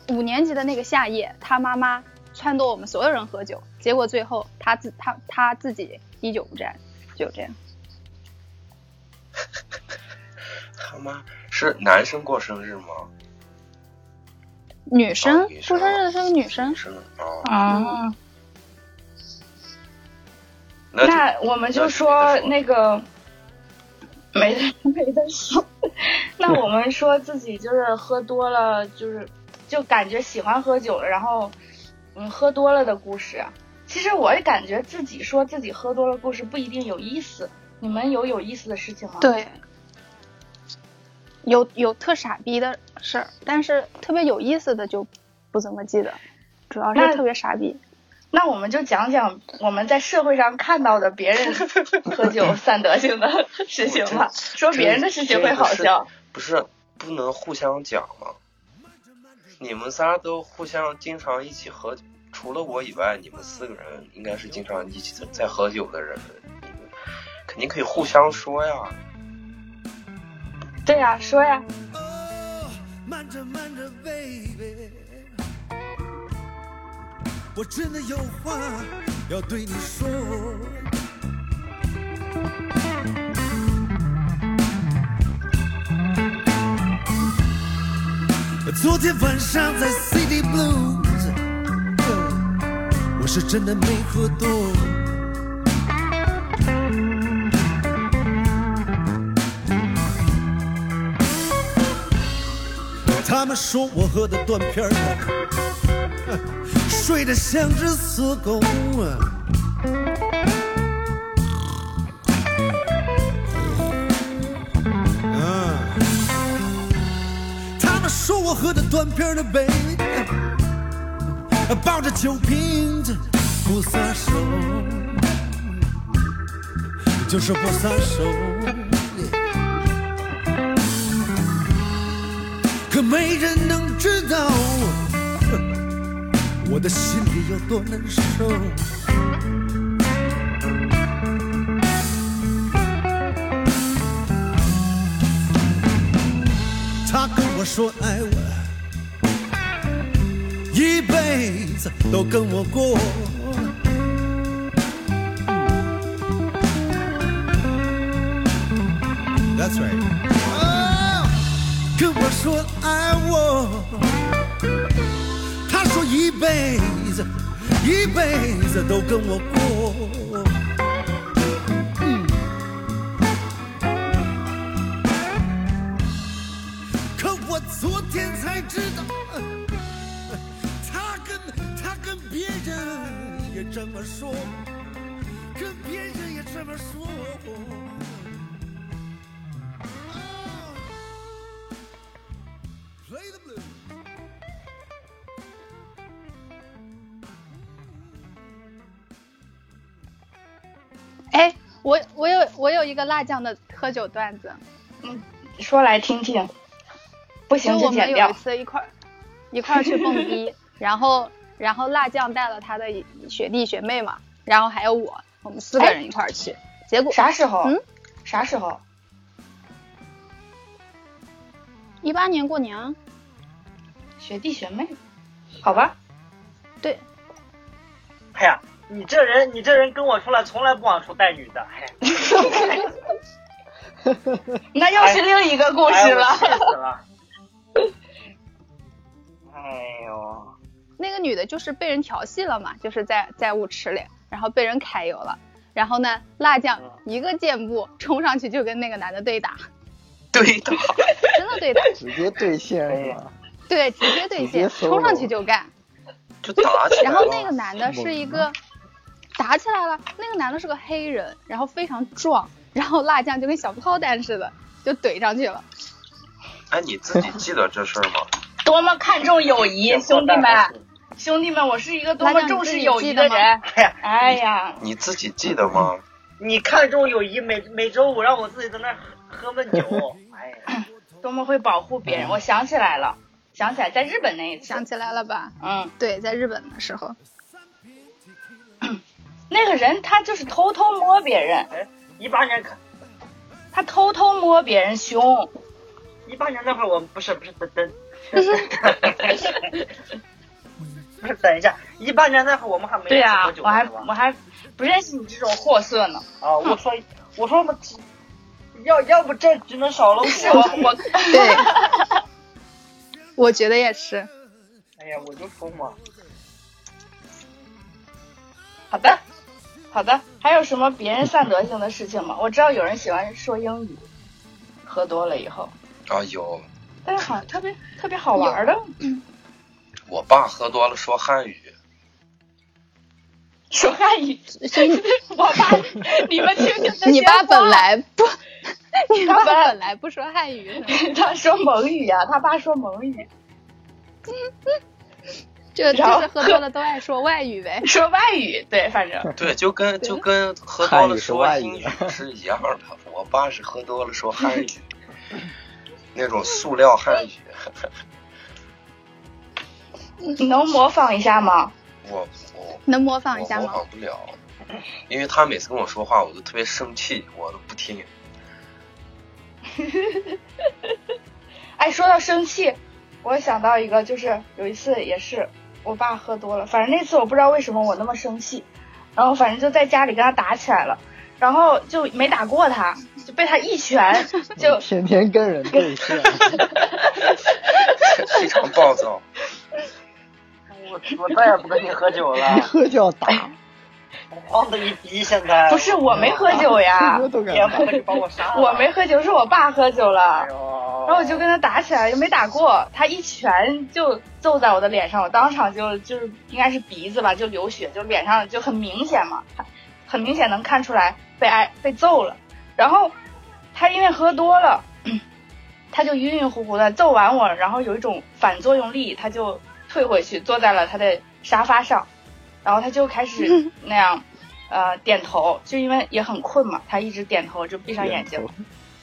Speaker 6: 五年级的那个夏夜，他妈妈撺掇我们所有人喝酒，结果最后他自他他自己滴酒不沾，就这样。
Speaker 1: 他妈是男生过生日吗？
Speaker 6: 女生
Speaker 1: 哦女生
Speaker 6: 过生日的是个女生
Speaker 2: 嗯
Speaker 1: 女，生哦，
Speaker 6: 嗯
Speaker 2: 啊，
Speaker 1: 那呃就
Speaker 2: 那我们就
Speaker 1: 那
Speaker 2: 说
Speaker 1: 就
Speaker 2: 那个没得 没得说，那我们说自己就是喝多了，就是就感觉喜欢喝酒了，然后嗯喝多了的故事啊。其实我也感觉自己说自己喝多了故事不一定有意思，你们有有意思的事情吗？，
Speaker 6: 对，有有特傻逼的事儿，但是特别有意思的就不怎么记得，主要
Speaker 2: 那
Speaker 6: 是特别傻逼。
Speaker 2: 那我们就讲讲我们在社会上看到的别人喝酒散德性的事情吧，说别人的事情会好笑。
Speaker 1: 不是不能互相讲吗？你们仨都互相经常一起喝，除了我以外，你们四个人应该是经常一起在喝酒的人，你们肯定可以互相说呀。
Speaker 2: 对呀、说呀，
Speaker 3: 哦，慢着慢着，baby，我真的有话要对你说。昨天晚上在 City Blues，呃我是真的没喝多。他们说我喝的断片儿了，哼睡得像只死狗啊。嗯，他们说我喝的断片儿了，baby，抱着酒瓶子不撒手，就是不撒手。可没人能知道哼我的心里有多难受。他跟我说爱我，一辈子都跟我过。That's right. 哦跟我说爱我，他说一辈子一辈子都跟我过。嗯可我昨天才知道，呃他跟他跟别人也这么说，跟别人也这么说。哦 Play the blues.
Speaker 6: 哎，我我有我有一个辣酱的喝酒段子，
Speaker 2: 说来听听。不行
Speaker 6: 就
Speaker 2: 就
Speaker 6: 我
Speaker 2: 剪
Speaker 6: 们有
Speaker 2: 掉
Speaker 6: 一。次一块儿一块儿去蹦 迪，然后然后辣酱带了他的学弟学妹嘛，然后还有我，我们四个人一块儿去，结果
Speaker 2: 哎啥时候？
Speaker 6: 嗯
Speaker 2: 啥时候？
Speaker 6: 一八年过年啊，
Speaker 2: 学弟学妹？
Speaker 6: 嗯
Speaker 2: 好 吧，
Speaker 6: 对，
Speaker 4: 哎呀，你这人，你这人跟我出来从来不往出带女的，哎呀，
Speaker 2: 那又是另一个故
Speaker 4: 哎
Speaker 2: 事
Speaker 4: 呀
Speaker 2: 了。
Speaker 4: 我气 死了。哎呦，
Speaker 6: 那个女的就是被人调戏了嘛，就是在在舞池里，然后被人揩油了，然后呢，辣酱
Speaker 5: 啊
Speaker 4: 嗯
Speaker 6: 一个箭步冲上去就跟那个男的 对打，
Speaker 1: 对的，
Speaker 6: 真的对打，
Speaker 5: 啊直接兑现是吧？
Speaker 6: 对，直接对
Speaker 5: 直接
Speaker 6: 线，
Speaker 5: 搜
Speaker 6: 冲上去
Speaker 5: 了
Speaker 6: 就干。
Speaker 1: 就打起来
Speaker 6: 然
Speaker 1: 了。
Speaker 6: 后那个男的是一个打起来了，那个男的是个黑人，然后非常壮，然后辣酱就跟小炮弹似的就怼上去了。
Speaker 1: 哎，你自己记得这事儿吗？
Speaker 2: 多么看重友谊，兄弟
Speaker 4: 小炮弹
Speaker 2: 们，兄弟们，我是一个多么重视友谊的
Speaker 6: 拉
Speaker 2: 人。哎呀，
Speaker 1: 你自己记得吗？
Speaker 4: 你看中友谊，每每周五让我自己在那儿喝喝 闷酒，哎呀，
Speaker 2: 多么会保护别人！我想起来了，想起来在日本那一次，
Speaker 6: 嗯想起来了吧？
Speaker 2: 嗯，
Speaker 6: 对，在日本的时候，
Speaker 2: 那个人他就是偷偷摸别人，
Speaker 4: 哎一八年看。
Speaker 2: 他偷偷摸别人胸，
Speaker 4: 一八年那会儿，我们不是不是等 等，不是等一下，一八年那会儿我们还没
Speaker 2: 对
Speaker 4: 呀、
Speaker 2: 呀、
Speaker 4: 酒
Speaker 2: 我还
Speaker 4: 呢是吧
Speaker 2: 我还不认识你这种货色呢。
Speaker 4: 啊，我说我说我们只要要不这局能少了
Speaker 2: 是我
Speaker 4: 我，
Speaker 2: 我
Speaker 6: 对， 我觉得也是。
Speaker 4: 哎呀，我就说嘛，
Speaker 2: 好的好的，还有什么别人散德性的事情吗？我知道有人喜欢说英语，喝多了以后，
Speaker 1: 啊，有，
Speaker 2: 但是好像特别特别好玩的，
Speaker 1: 我爸喝多了说汉语，
Speaker 2: 说汉 语。我爸，你们听听这些话，
Speaker 6: 你爸本来不，你
Speaker 2: 他
Speaker 6: 爸
Speaker 2: 本来
Speaker 6: 本来不说汉语是吗，
Speaker 2: 他说蒙语呀、他爸说蒙语。
Speaker 6: 这就
Speaker 2: 然后
Speaker 6: 是喝多了都爱说外语呗。
Speaker 2: 说外语，对，反正
Speaker 1: 对，就跟就跟喝多了说英语是一样的。我爸是喝多了说汉语，那种塑料汉语，
Speaker 2: 你能模仿一下吗？
Speaker 1: 我我
Speaker 6: 能模仿一
Speaker 1: 我
Speaker 6: 下
Speaker 1: 模
Speaker 6: 吗？
Speaker 1: 仿不了，因为他每次跟我说话，我都特别生气，我都不听。
Speaker 2: 哎，说到生气，我想到一个，就是有一次也是我爸喝多了，反正那次我不知道为什么我那么生气，然后反正就在家里跟他打起来了，然后就没打过他，就被他一拳 就
Speaker 5: 天天跟人对线，
Speaker 1: 非常暴躁。
Speaker 4: 我我再也不跟你喝酒了
Speaker 5: 一，喝就要打，
Speaker 4: 我慌的一逼现在。
Speaker 2: 不是我没喝酒哎 呀
Speaker 5: 我，都敢
Speaker 4: 天
Speaker 5: 打
Speaker 4: 不。会把我杀了。
Speaker 2: 我没。喝酒是我爸喝酒了
Speaker 4: 哎。呦。
Speaker 2: 然后我就跟他打起来，就没打过，他一拳就揍在我的脸上，我当场就就是应该是鼻子吧，就流血，就脸上就很明显嘛，很明显能看出来被挨被揍了。然后他因为喝多了， 他就晕晕乎乎的揍完我，然后有一种反作用力，他就退回去坐在了他的沙发上，然后他就开始那样，呃，点头，就因为也很困嘛，他一直点头，就闭上眼睛。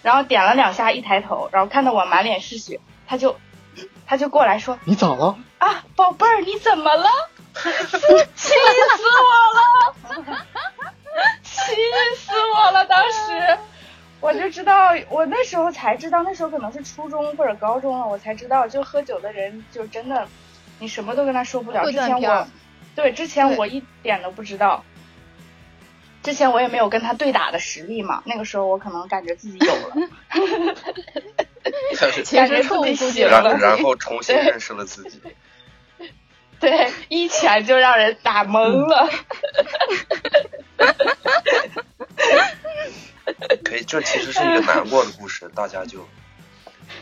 Speaker 2: 然后点了两下，一抬头，然后看到我满脸是血，他就他就过来说
Speaker 5: 你咋了？
Speaker 2: 啊，宝贝儿，你怎么了？气死我了！气死我了！当时我就知道，我那时候才知道，那时候可能是初中或者高中了，我才知道，就喝酒的人就真的，你什么都跟他说不了。
Speaker 6: 会
Speaker 2: 之前
Speaker 6: 断片
Speaker 2: 我
Speaker 6: 儿，
Speaker 2: 对之前
Speaker 6: 对
Speaker 2: 我一点都不知道，之前我也没有跟他对打的实力嘛。那个时候我可能感觉自己有了。
Speaker 6: 其实处不行
Speaker 1: 然 后
Speaker 6: 了。
Speaker 1: 然后重新认识了自己，
Speaker 2: 对，一拳就让人打懵了。
Speaker 1: 可以，这其实是一个难过的故事，大家就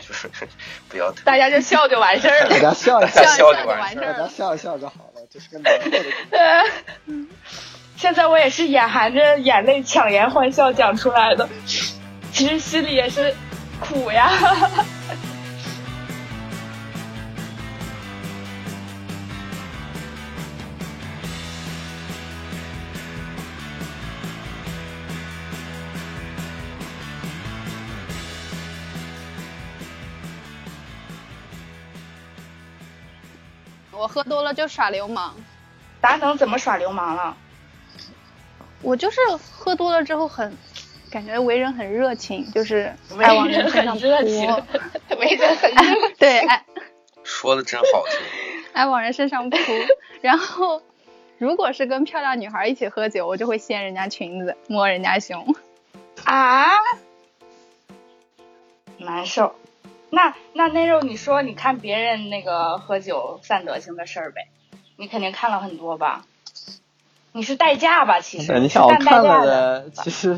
Speaker 1: 就是 不要太
Speaker 2: 大家就笑就完事儿
Speaker 5: 大
Speaker 2: 了。
Speaker 5: 家笑一
Speaker 1: 大
Speaker 5: 笑，
Speaker 1: 家笑就
Speaker 6: 完
Speaker 1: 完
Speaker 6: 事
Speaker 1: 事
Speaker 5: 大
Speaker 1: 儿
Speaker 5: 家
Speaker 6: 儿。
Speaker 5: 笑一笑就好了。这是个难过的故事。
Speaker 2: 现在我也是眼含着眼泪强颜欢笑讲出来的，其实心里也是苦呀。
Speaker 6: 我喝多了就耍流氓，
Speaker 2: 达能怎么耍流氓啊了？
Speaker 6: 我就是喝多了之后很，感觉为人很热情，就是
Speaker 2: 为
Speaker 6: 爱往
Speaker 2: 人
Speaker 6: 人身上
Speaker 2: 很热情
Speaker 6: 泼，
Speaker 2: 没得很
Speaker 6: 哎对，爱
Speaker 1: 说的真好听。
Speaker 6: 爱往人身上扑。然后，如果是跟漂亮女孩一起喝酒，我就会掀人家裙子，摸人家胸。
Speaker 2: 啊，难受。那那内肉，你说你看别人那个喝酒散德性的事儿呗，你肯定看了很多吧？你是代驾吧？其实
Speaker 5: 等一
Speaker 2: 你是
Speaker 5: 下，哎我
Speaker 2: 干代
Speaker 5: 看
Speaker 2: 驾
Speaker 5: 了
Speaker 2: 的。
Speaker 5: 的，其实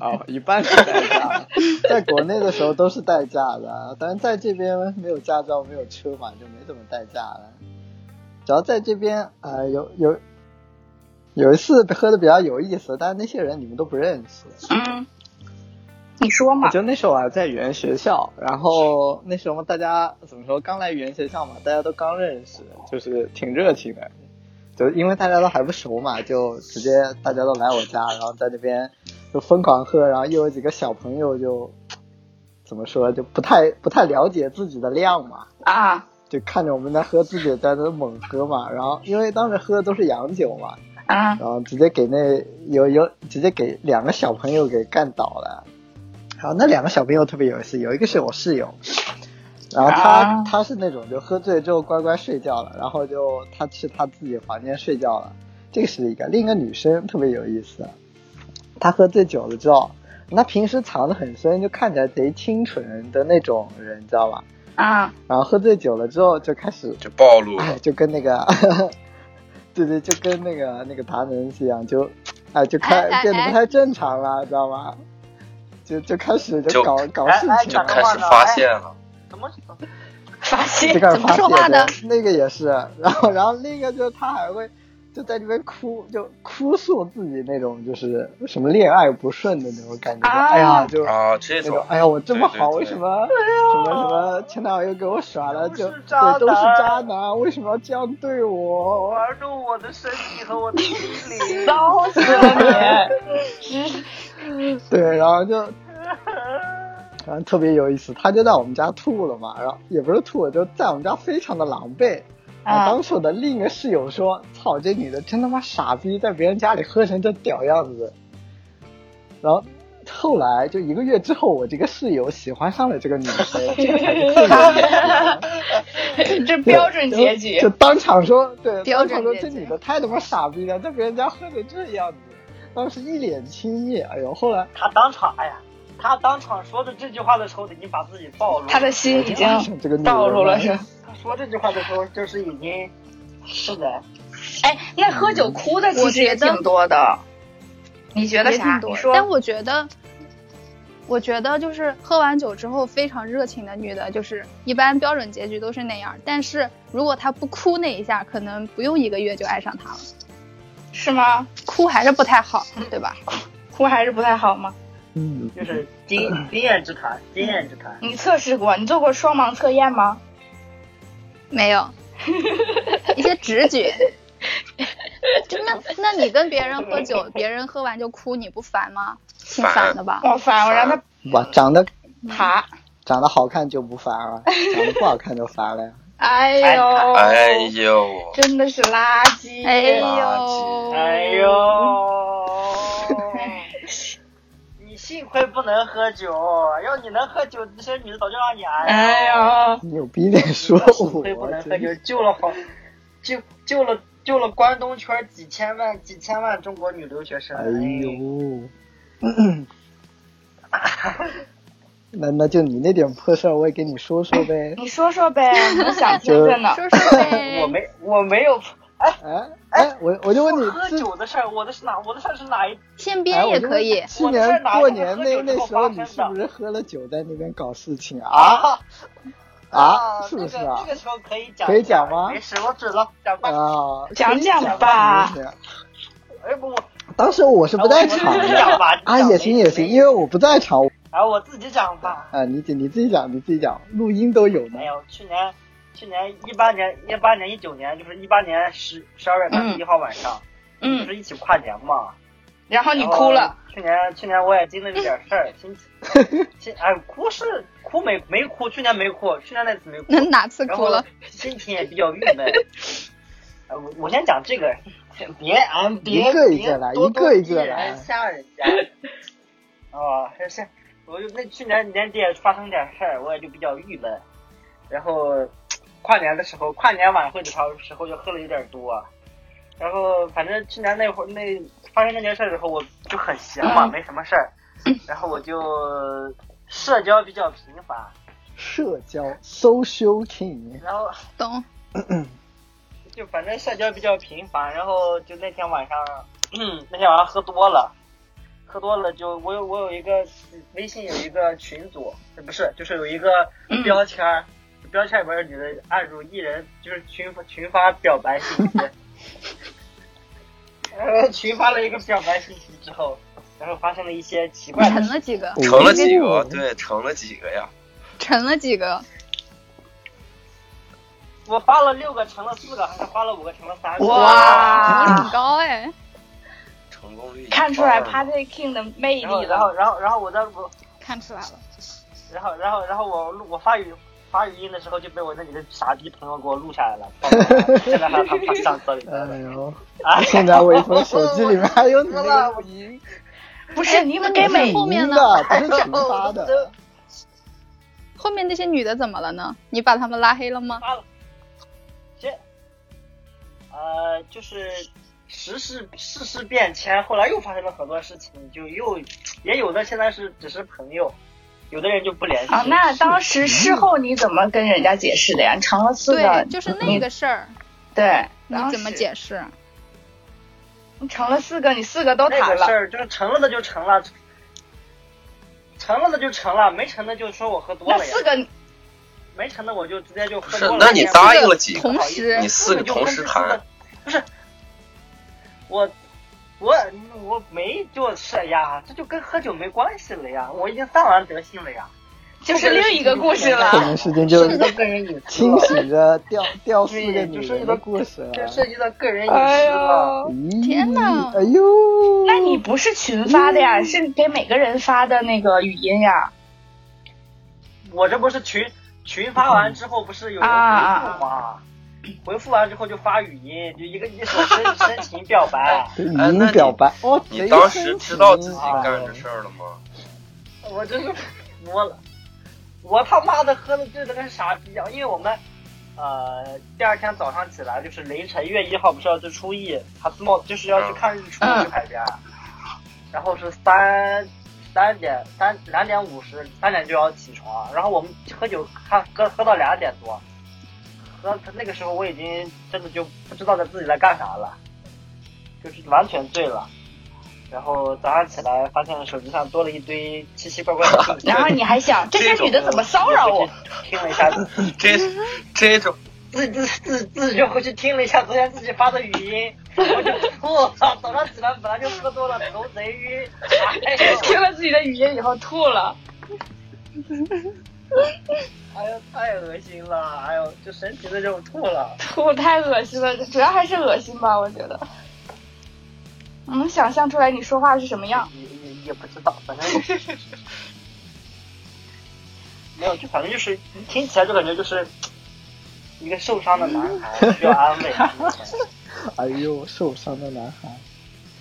Speaker 5: 哦，一半是代驾，在国内的时候都是代驾的，但是在这边没有驾照，没有车嘛，就没怎么代驾了。只要在这边，呃，有有有一次喝的比较有意思，但是那些人你们都不认识。
Speaker 2: 嗯，你说嘛？
Speaker 5: 就那时候我还在语言学校，然后那时候大家怎么说，刚来语言学校嘛，大家都刚认识，就是挺热情的。就因为大家都还不熟嘛，就直接大家都来我家，然后在那边就疯狂喝，然后又有几个小朋友就怎么说，就不太不太了解自己的量嘛，
Speaker 2: 啊
Speaker 5: 就看着我们在喝，自己在那猛喝嘛。然后因为当时喝的都是洋酒嘛，
Speaker 2: 啊！
Speaker 5: 然后直接给那有有直接给两个小朋友给干倒了。然后那两个小朋友特别有意思，有一个是我室友，然后他、
Speaker 2: 啊
Speaker 5: 他是那种就喝醉之后乖乖睡觉了，然后就他去他自己房间睡觉了。这个是一个，另一个女生特别有意思，她喝醉酒了之后，她平时藏得很深，就看起来贼清纯的那种人，你知道吧？
Speaker 2: 啊，
Speaker 5: 然后喝醉酒了之后就开始
Speaker 1: 就暴露
Speaker 5: 哎
Speaker 1: 了，，
Speaker 5: 就跟那个， 对对，就跟那个那个达人一样，就，哎，就
Speaker 6: 哎哎
Speaker 5: 开变得
Speaker 6: 哎
Speaker 5: 不太正常了，知道吗？就就开始就
Speaker 1: 就
Speaker 5: 搞搞
Speaker 4: 哎
Speaker 5: 事
Speaker 4: 哎
Speaker 5: 情
Speaker 1: 就
Speaker 4: 讲
Speaker 1: 开
Speaker 5: 了，
Speaker 1: 始发现了。
Speaker 4: 怎么？
Speaker 2: 发
Speaker 5: 就
Speaker 2: 现
Speaker 5: 开始
Speaker 6: 怎么
Speaker 5: 发
Speaker 6: 说话
Speaker 5: 泄
Speaker 6: 的
Speaker 5: 对那个也是，然后然后另一个就是他还会就在这边哭，就哭诉自己那种就是什么恋爱不顺的那种感觉，
Speaker 2: 啊
Speaker 5: 哎呀，就
Speaker 1: 啊，这
Speaker 5: 那种
Speaker 1: 种，
Speaker 5: 哎呀，我这么
Speaker 1: 对对
Speaker 5: 好，
Speaker 1: 对
Speaker 5: 为什
Speaker 6: 哎
Speaker 5: 么什么什么前男友给我耍了，
Speaker 4: 都
Speaker 5: 就是
Speaker 4: 渣
Speaker 5: 对都是
Speaker 4: 男
Speaker 5: 渣男，为什么要这样对我？
Speaker 4: 玩弄我的身体和我的心灵。
Speaker 2: 糟死了你！
Speaker 5: 对，然后就，然后特别有意思，他就在我们家吐了嘛，然后也不是吐了，就在我们家非常的狼狈。啊，
Speaker 2: 啊
Speaker 5: 当时我的另一个室友说：“操，这女的真他妈傻逼，在别人家里喝成这屌样子。”然后后来就一个月之后，我这个室友喜欢上了这个女生，这 个才是最有意思的
Speaker 2: 这标准结局
Speaker 5: 就。当场说，对，
Speaker 6: 标
Speaker 5: 当
Speaker 6: 准
Speaker 5: 场说
Speaker 6: 结
Speaker 5: 这
Speaker 6: 局
Speaker 5: 女的太他妈傻逼了，在别人家喝成这样子，当时一脸轻蔑。哎呦，后来
Speaker 4: 他当场，哎呀，他当场说的这句话的时候，已经把自己暴露了。
Speaker 2: 他的心已经
Speaker 5: 这个女
Speaker 2: 暴露了，
Speaker 5: 人
Speaker 2: 是吧？
Speaker 4: 他说这句话的时候，就是已经是的，
Speaker 2: 哎，那喝酒哭的其实也挺多的。你觉得
Speaker 6: 也挺
Speaker 2: 啥？
Speaker 6: 多
Speaker 2: 你
Speaker 6: 的。
Speaker 2: 说，
Speaker 6: 但我觉得，我觉得就是喝完酒之后非常热情的女的，就是一般标准结局都是那样。但是如果她不哭那一下，可能不用一个月就爱上他了。
Speaker 2: 是吗？
Speaker 6: 哭还是不太好，对吧？
Speaker 2: 哭还是不太好吗？
Speaker 5: 嗯，
Speaker 4: 就是经 经验之谈，经验之谈。
Speaker 2: 你测试过？你做过双盲测验吗？
Speaker 6: 没有，一些直觉。就那那你跟别人喝酒，别人喝完就哭，你不烦吗？挺烦的吧？
Speaker 2: 我烦，我让他
Speaker 5: 哇，长得
Speaker 2: 爬。
Speaker 5: 长得好看就不烦了，长得不好看就烦了呀。
Speaker 2: 哎呦，
Speaker 1: 哎呦，
Speaker 2: 真的是垃圾。
Speaker 6: 哎
Speaker 1: 垃
Speaker 6: 呦，
Speaker 2: 嗯
Speaker 4: 哎呦，你幸亏不能喝酒，要你能喝酒，这些女的早就让你挨了。
Speaker 2: 哎呦，
Speaker 5: 你有逼点说我，
Speaker 4: 亏不能喝
Speaker 5: 真
Speaker 4: 酒
Speaker 5: 是，
Speaker 4: 救了好，救救了救了关东圈几千万几千万中国女留学生。
Speaker 5: 哎，呦， 那那就你那点破事儿，我也给你说说呗。
Speaker 2: 你说说呗，我想听着 呢。
Speaker 6: 说说呗
Speaker 4: 我。没我没有
Speaker 5: 哎哎，我我就问你，
Speaker 4: 喝
Speaker 5: 自
Speaker 4: 酒的事儿，我的是哪我的事儿是哪一？
Speaker 6: 现
Speaker 5: 哎
Speaker 6: 编
Speaker 5: 我
Speaker 6: 也
Speaker 5: 就
Speaker 6: 可
Speaker 5: 问
Speaker 6: 以，
Speaker 5: 去
Speaker 4: 我这
Speaker 5: 年
Speaker 4: 哪
Speaker 5: 过
Speaker 4: 有
Speaker 5: 年
Speaker 4: 喝
Speaker 5: 那
Speaker 4: 酒
Speaker 5: 那
Speaker 4: 之后
Speaker 5: 时候，
Speaker 4: 发
Speaker 5: 你
Speaker 4: 生
Speaker 5: 是
Speaker 4: 的
Speaker 5: 不是喝了酒在那边搞事情啊？啊，是不是
Speaker 4: 这个
Speaker 5: 啊
Speaker 4: 这？个时候可以讲，
Speaker 5: 可以讲吗
Speaker 4: 没事，我只了讲吧。
Speaker 5: 啊，
Speaker 2: 讲讲
Speaker 5: 讲
Speaker 2: 吧
Speaker 5: 是不是
Speaker 4: 哎不，我
Speaker 5: 当时我是不在场
Speaker 4: 我自己讲
Speaker 5: 的
Speaker 4: 吧
Speaker 5: 啊，也行也行，因为我不在场
Speaker 4: 哎我自己讲吧。
Speaker 5: 啊，你你自己讲，你自己讲，录音都有呢
Speaker 4: 没。有，去年去年一八年一八年一九年，就是一八年十十二月三十一号晚上，就
Speaker 2: 嗯，
Speaker 4: 是一起跨年嘛。
Speaker 2: 然后你
Speaker 4: 然后
Speaker 2: 哭了，。
Speaker 4: 去年去年我也经历了点事儿，心 心哎哭是哭没没哭，去年没哭，去年那次没哭
Speaker 6: 那，哪 次
Speaker 4: 然
Speaker 6: 哭
Speaker 4: 后
Speaker 6: 了？
Speaker 4: 心情也比较郁闷。呃我我先讲这个，别俺别
Speaker 5: 一个一个来
Speaker 4: 别多
Speaker 5: 一个一个来
Speaker 4: 多逼人吓人家。哦，还是我就那去年年底也发生点事儿，我也就比较郁闷。然后跨年的时候，跨年晚会的时候时候就喝了有点多，然后反正去年那会儿那发生那件事儿之后，我就很闲嘛，
Speaker 2: 嗯
Speaker 4: 没什么事儿，然后我就社交比较频繁，
Speaker 5: 社交 social king，
Speaker 4: 然后
Speaker 6: 懂？
Speaker 4: 就反正社交比较频繁，然后就那天晚上，嗯那天晚上喝多了，喝多了就我有我有一个微信有一个群组，不是就是有一个标签儿，标签里边儿女的按住一人就是群群发表白信息，然后群发了一个表白信息之后，然后发生了一些奇怪的
Speaker 6: 成
Speaker 4: 事，
Speaker 6: 了几个？
Speaker 1: 成了几个？对，成了几个呀？
Speaker 6: 成了几个？
Speaker 4: 我发了六个成了四个，还是发了五个成了三个？
Speaker 2: 哇
Speaker 6: 挺高哎。
Speaker 1: 成功率
Speaker 2: 看出来
Speaker 1: 一半儿
Speaker 2: Party King 的魅
Speaker 4: 然后
Speaker 2: 力了。
Speaker 4: 然后然后然后我在我
Speaker 6: 看出来了，
Speaker 4: 然后，然后，然后我录我发语发语音的时候就被我那几个傻逼朋友给我录下来 了，现在还他们上车里
Speaker 5: 哎
Speaker 4: 了。
Speaker 5: 呦，
Speaker 4: 啊，
Speaker 5: 现在我一从手机里面还有你那个音
Speaker 2: 不是，你们给
Speaker 6: 那
Speaker 2: 每
Speaker 6: 后面
Speaker 5: 音
Speaker 6: 呢
Speaker 5: 的，不是群发的。
Speaker 6: 后面那些女的怎么了呢？你把她们拉黑了吗？
Speaker 4: 发了，这，呃，就是时事世事变迁，后来又发生了很多事情，就又也有的现在是只是朋友，有的人就不联系。
Speaker 2: 啊，那当时事后你怎么跟人家解释的呀？你成了四个
Speaker 6: 对，，就是那个事儿，
Speaker 2: 对，
Speaker 6: 你怎么？解释？
Speaker 2: 你成了四个，你四个都
Speaker 4: 那
Speaker 2: 谈
Speaker 4: 个事
Speaker 2: 了。
Speaker 4: 儿就是成了的就成了，成了的就成了，没成的就说我喝多
Speaker 2: 那
Speaker 4: 了呀
Speaker 2: 四，个，
Speaker 4: 没成的我就直接就喝
Speaker 1: 是
Speaker 4: 多了。
Speaker 1: 那你
Speaker 4: 也不
Speaker 1: 答应了几个？
Speaker 6: 同时
Speaker 1: 你四个同时谈，
Speaker 4: 不是我我我没就是呀，这就跟喝酒没关系了呀，我已经散完德性了呀，
Speaker 2: 就是另一个故事
Speaker 5: 这
Speaker 2: 了。
Speaker 5: 件事情就
Speaker 4: 涉及到个人隐私
Speaker 5: 清
Speaker 4: 了，
Speaker 5: 醒着掉掉四个女人的故事了。
Speaker 4: 这涉及到个人隐
Speaker 2: 哎
Speaker 4: 私了。
Speaker 5: 咦
Speaker 6: 天哪
Speaker 5: 哎呦，
Speaker 2: 那你不是群发的呀？是给每个人发的那个语音呀？
Speaker 4: 我这不是群群发完之后，不是有人回复吗？回复完之后就发语音，就一个一首深深情表白。
Speaker 1: 哎那
Speaker 5: 你
Speaker 1: 你
Speaker 5: 表白哦，
Speaker 1: 你
Speaker 5: 贼
Speaker 1: 当时
Speaker 5: 深
Speaker 1: 知道
Speaker 5: 情
Speaker 1: 自己
Speaker 5: 啊
Speaker 1: 干这事儿了吗？
Speaker 4: 我真是服了，我他妈的喝的醉的跟傻逼一样。因为我们，呃，第二天早上起来就是凌晨，月一号不是要去初一，他冒就是要去看日出去海边，然后是三三点三两点五十三点就要起床，啊然后我们喝酒看喝喝到两点多，喝那个时候我已经真的就不知道他自己在干啥了，就是完全醉了。然后早上起来发现手机上多了一堆奇奇怪怪的信息，
Speaker 2: 然后你还想这
Speaker 1: 这
Speaker 2: 些
Speaker 1: 种
Speaker 2: 女的怎么骚扰我？？
Speaker 4: 听了一下，
Speaker 1: 这这种
Speaker 4: 自自自自己就回去听了一下昨天自己发的语音，我就我操，早上起来本来就喝多了，头贼晕，哎呦
Speaker 2: 听了自己的语音以后吐了。
Speaker 4: 哎呦太恶心了，哎呦就神奇的这种吐了。
Speaker 2: 吐太恶心了，主要还是恶心吧，我觉得。我能想象出来你说话是什么样。
Speaker 4: 也也也不知道，反 正没有，就反正就是听起来就感觉就是一个受伤的男 孩需要安慰。
Speaker 5: 哎呦，受伤的男孩，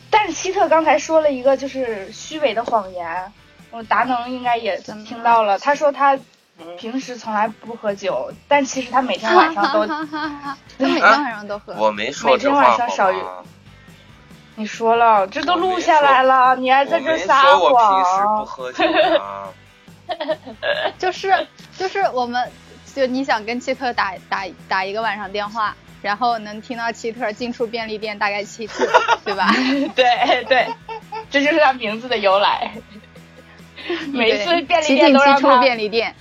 Speaker 2: 但是希特刚才说了一个就是虚伪的谎言，我达能应该也听到了。他说他
Speaker 4: 嗯
Speaker 2: 平时从来不喝酒，但其实他每天晚上都，
Speaker 6: 哈哈哈！ 他每天晚上都喝。
Speaker 1: 我没说这
Speaker 2: 每天
Speaker 1: 话
Speaker 2: 晚上少
Speaker 1: 好
Speaker 2: 于
Speaker 1: 吗？
Speaker 2: 你说了，这都录下来了，你还
Speaker 1: 我
Speaker 2: 在这
Speaker 1: 没
Speaker 2: 儿撒
Speaker 1: 说我平时不
Speaker 2: 谎。
Speaker 1: 喝酒啊。
Speaker 6: 就是就是我们就你想跟契特打打打一个晚上电话，然后能听到契特进出便利店大概 七次，对吧？
Speaker 2: 对对，这就是他名字的由 来。 每次
Speaker 6: 对
Speaker 2: 便利
Speaker 6: 齐
Speaker 2: 店
Speaker 6: 景
Speaker 2: 都让
Speaker 6: 西出
Speaker 2: 他，
Speaker 6: 便利店，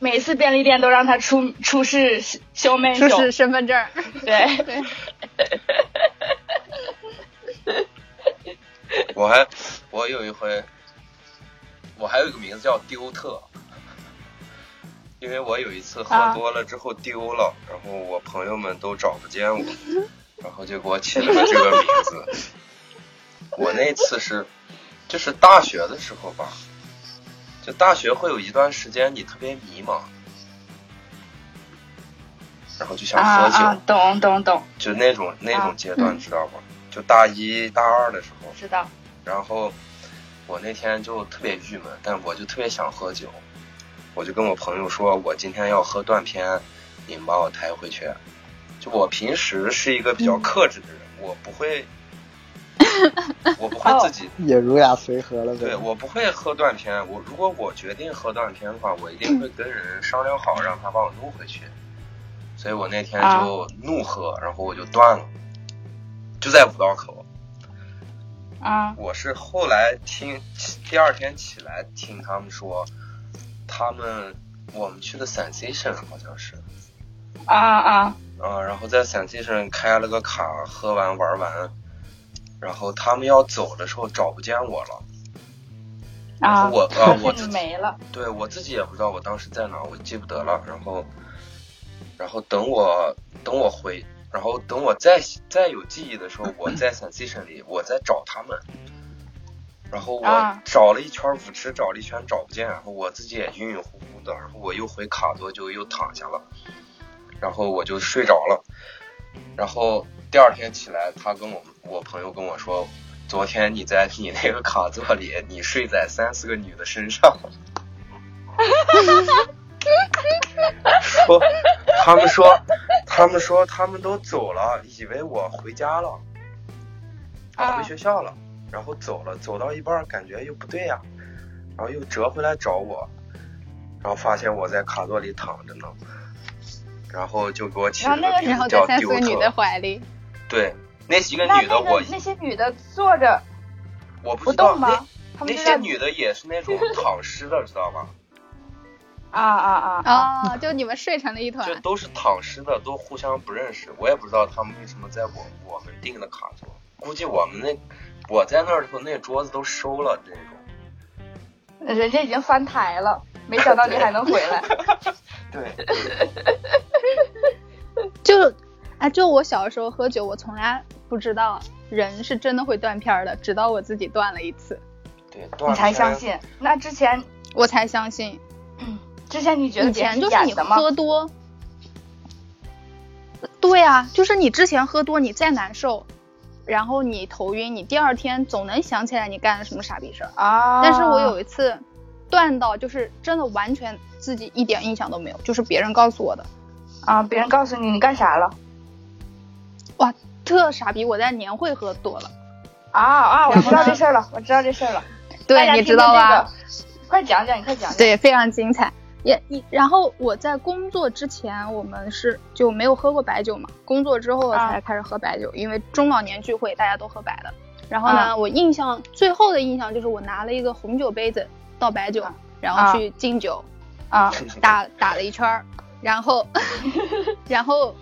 Speaker 2: 每次便利店都让他出出示修妹
Speaker 6: 出
Speaker 2: 酒，
Speaker 6: 示身份证。
Speaker 2: 对。
Speaker 6: 对，
Speaker 1: 我还我有一回，我还有一个名字叫丢特，因为我有一次喝
Speaker 2: 啊
Speaker 1: 多了之后丢了，然后我朋友们都找不见 我，然后就给我起了个这个名字。我那次是，就是大学的时候吧，就大学会有一段时间你特别迷茫，然后就想喝酒，
Speaker 2: 啊啊，懂懂懂，
Speaker 1: 就那种那种
Speaker 2: 啊
Speaker 1: 阶段，知道吧？就大一大二的时候，
Speaker 2: 知道。
Speaker 1: 然后我那天就特别郁闷，但我就特别想喝酒，我就跟我朋友说，我今天要喝断片，你们把我抬回去。就我平时是一个比较克制的人，我不会，我不会自己，
Speaker 5: 也儒雅随和了呗。
Speaker 1: 对我不会喝断片。我如果我决定喝断片的话，我一定会跟人商量好，让他把我弄回去。所以我那天就怒喝，然后我就断了，就在五道口。
Speaker 2: 啊，
Speaker 1: 我是后来听，第二天起来听他们说，他们我们去的 Sensation 好像是，
Speaker 2: 啊啊！
Speaker 1: 啊，然后在 Sensation 开了个卡，喝完玩完，然后他们要走的时候找不见我了，然
Speaker 2: 啊
Speaker 1: 后我
Speaker 2: 发
Speaker 1: 啊我
Speaker 2: 现
Speaker 1: 自己
Speaker 2: 你没了，
Speaker 1: 对我自己也不知道我当时在哪儿，我记不得了，然后，然后等我等我回，然后等我再再有记忆的时候，我在 Sensation 里，我在找他们。然后我
Speaker 2: 啊
Speaker 1: 找了一圈舞池，找了一圈找不见，然后我自己也晕晕乎乎的，然后我又回卡座就又躺下了，然后我就睡着了，然后第二天起来，他跟我我朋友跟我说，昨天你在你那个卡座里，你睡在三四个女的身上，说他们说他们说他们都走了，以为我回家了，
Speaker 2: 啊
Speaker 1: 回学校了，然后走了，走到一半儿感觉又不对呀、然后又折回来找我，然后发现我在卡座里躺着呢， 然后就给我起
Speaker 2: 然
Speaker 1: 了
Speaker 2: 后那个
Speaker 1: 名
Speaker 6: 然后
Speaker 1: 字
Speaker 6: 在
Speaker 1: 叫
Speaker 6: 三四
Speaker 1: 丢
Speaker 6: 个女的
Speaker 1: 特，
Speaker 6: 怀里，
Speaker 1: 对，那几个
Speaker 2: 那
Speaker 1: 女的
Speaker 2: 那
Speaker 1: 我
Speaker 2: 个那些女的坐着
Speaker 1: 我不
Speaker 2: 不
Speaker 1: 知道
Speaker 2: 动
Speaker 1: 那
Speaker 2: 吗？她们
Speaker 1: 那
Speaker 2: 就
Speaker 1: 些
Speaker 2: 在
Speaker 1: 女的也是那 种躺尸的，知道吧？
Speaker 2: 啊啊啊啊！
Speaker 6: 哦，就你们睡成了一团
Speaker 1: 就。都是躺尸的，都互相不认识，我也不知道他们为什么在我我们订的卡座，估计我们那我在那儿的时候那桌子都收了那种。
Speaker 2: 人家已经翻台了，没想到你还能回来。
Speaker 1: 对，
Speaker 6: 就，哎，就我小时候喝酒，我从来不知道人是真的会断片儿的，直到我自己断了一次，
Speaker 1: 对，
Speaker 2: 你
Speaker 1: 断
Speaker 2: 才
Speaker 1: 片
Speaker 2: 相信？那之前
Speaker 6: 我才相信。
Speaker 2: 之前你觉得
Speaker 6: 以
Speaker 2: 别人
Speaker 6: 前就是你
Speaker 2: 演的吗？
Speaker 6: 喝多，对啊，就是你之前喝多，你再难受，然后你头晕，你第二天总能想起来你干了什么傻逼事儿。
Speaker 2: 啊，
Speaker 6: 但是我有一次断到，就是真的完全自己一点印象都没有，就是别人告诉我的，
Speaker 2: 啊，别人告诉你你干啥了
Speaker 6: 哇，特傻逼！我在年会喝多了，
Speaker 2: 啊啊，我
Speaker 6: 然后
Speaker 2: 知道
Speaker 6: 呢
Speaker 2: 这事儿了，我知道这事儿了，大
Speaker 6: 对，
Speaker 2: 家
Speaker 6: 你
Speaker 2: 听
Speaker 6: 知道
Speaker 2: 听这
Speaker 6: 吧？
Speaker 2: 个？快讲讲，你快讲讲。
Speaker 6: 对，非常精彩。也一，然后我在工作之前，我们是就没有喝过白酒嘛。工作之后我
Speaker 2: 啊
Speaker 6: 才开始喝白酒，因为中老年聚会大家都喝白的。然后呢，
Speaker 2: 啊
Speaker 6: 我印象最后的印象就是我拿了一个红酒杯子倒白酒，
Speaker 2: 啊
Speaker 6: 然
Speaker 2: 啊
Speaker 6: 后去敬酒，
Speaker 2: 啊
Speaker 6: 打打了一圈儿，然后，然后，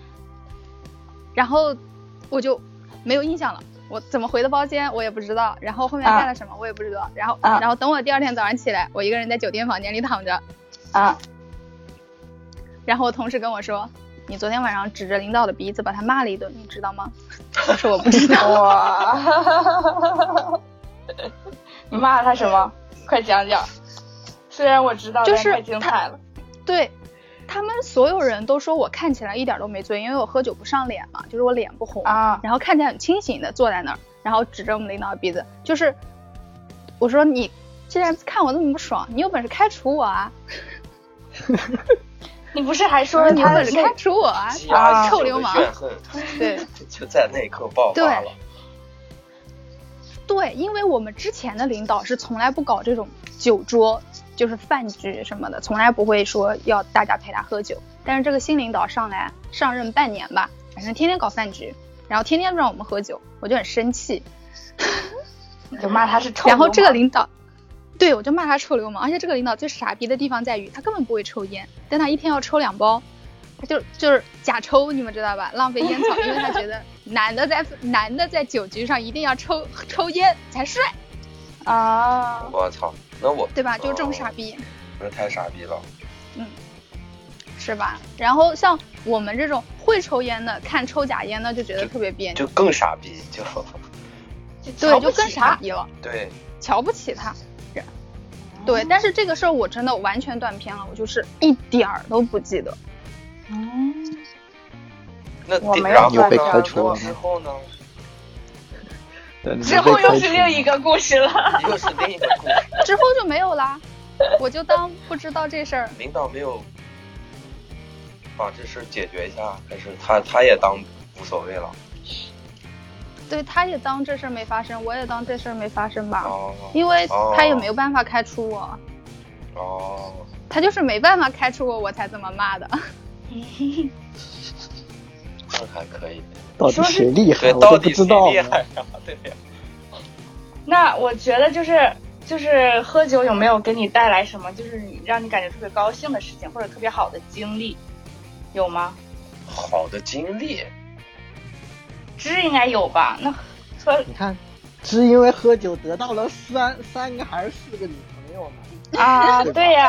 Speaker 6: 然后我就没有印象了。我怎么回的包间，我也不知道。然后后面
Speaker 2: 啊
Speaker 6: 干了什么，我也不知道。然后，
Speaker 2: 啊
Speaker 6: 然后等我第二天早上起来，我一个人在酒店房间里躺着，
Speaker 2: 啊
Speaker 6: 然后我同事跟我说：“你昨天晚上指着领导的鼻子把他骂了一顿，你知道吗？”我说：“我不知 道。
Speaker 2: 哇！ 你骂了他什么？快讲讲。虽然我知道，
Speaker 6: 就
Speaker 2: 但
Speaker 6: 是
Speaker 2: 太精彩了。”
Speaker 6: 对，他们所有人都说我看起来一点都没醉，因为我喝酒不上脸嘛，就是我脸不红，
Speaker 2: 啊
Speaker 6: 然后看起来很清醒的坐在那儿，然后指着我们领导的鼻子，就是我说你既然看我那么不爽，你有本事开除我啊！
Speaker 2: 你不是还
Speaker 6: 我
Speaker 2: 说
Speaker 6: 说你有
Speaker 2: 他
Speaker 6: 本事开
Speaker 2: 那
Speaker 6: 除我啊！
Speaker 1: 积压已
Speaker 6: 臭
Speaker 1: 久
Speaker 6: 流
Speaker 1: 的
Speaker 6: 氓
Speaker 1: 怨恨
Speaker 6: 对。
Speaker 1: 就在那一刻爆
Speaker 6: 对
Speaker 1: 发了。
Speaker 6: 对，因为我们之前的领导是从来不搞这种酒桌，就是饭局什么的，从来不会说要大家陪他喝酒。但是这个新领导上来上任半年吧，反正天天搞饭局，然后天天让我们喝酒，我就很生气。
Speaker 2: 你就骂他是臭流氓。
Speaker 6: 然后这个领导，对我就骂他臭流氓。而且这个领导最傻逼的地方在于，他根本不会抽烟，但他一天要抽两包，他就就是假抽，你们知道吧？浪费烟草，因为他觉得男的在男的在酒局上一定要抽抽烟才帅，
Speaker 2: 啊，
Speaker 1: 我操，那我
Speaker 6: 对吧？就是这种傻
Speaker 1: 逼，
Speaker 6: 逼。
Speaker 1: 那太傻逼了。
Speaker 6: 是吧？然后像我们这种会抽烟的，看抽假烟的就觉得特别别扭，
Speaker 1: 就更傻逼，就
Speaker 6: 对，就更傻逼了，
Speaker 1: 对，
Speaker 6: 瞧不起他。是对，但是这个事儿我真的完全断片了，我就是一点儿都不记得。
Speaker 2: 嗯，
Speaker 1: 那
Speaker 2: 我
Speaker 1: 顶
Speaker 2: 没有
Speaker 1: 然后呢
Speaker 5: 办法被开除了吗
Speaker 1: 之后呢？
Speaker 5: 对你
Speaker 2: 之
Speaker 5: 就被
Speaker 2: 后又
Speaker 5: 开
Speaker 2: 是
Speaker 5: 除
Speaker 2: 另一个故事了。
Speaker 1: 又是另一个故事，
Speaker 6: 之后就没有啦，我就当不知道这事儿。
Speaker 1: 领导没有把这事儿解决一下，还是他他也当无所谓了？
Speaker 6: 对，他也当这事儿没发生，我也当这事儿没发生
Speaker 5: 啊
Speaker 6: 吧，
Speaker 1: 哦
Speaker 6: 因为他也没有办法开除我，
Speaker 1: 哦，
Speaker 6: 他就是没办法开除我，我才这么骂的。
Speaker 1: 那还可 以。
Speaker 5: 到底谁厉害，
Speaker 1: 对，
Speaker 5: 我
Speaker 1: 到
Speaker 5: 都
Speaker 1: 底
Speaker 5: 不
Speaker 1: 谁
Speaker 5: 知道啊
Speaker 1: 厉
Speaker 5: 呢。
Speaker 1: 害呀？对呀，
Speaker 2: 那我觉得就是就是喝酒有没有给你带来什么，就是你让你感觉特别高兴的事情，或者特别好的经历，有吗？
Speaker 1: 好的经历，
Speaker 2: 知应该有吧？那 喝
Speaker 5: 你看，是因为喝酒得到了三三个还是四个女朋友呢？
Speaker 2: 啊，对 呀、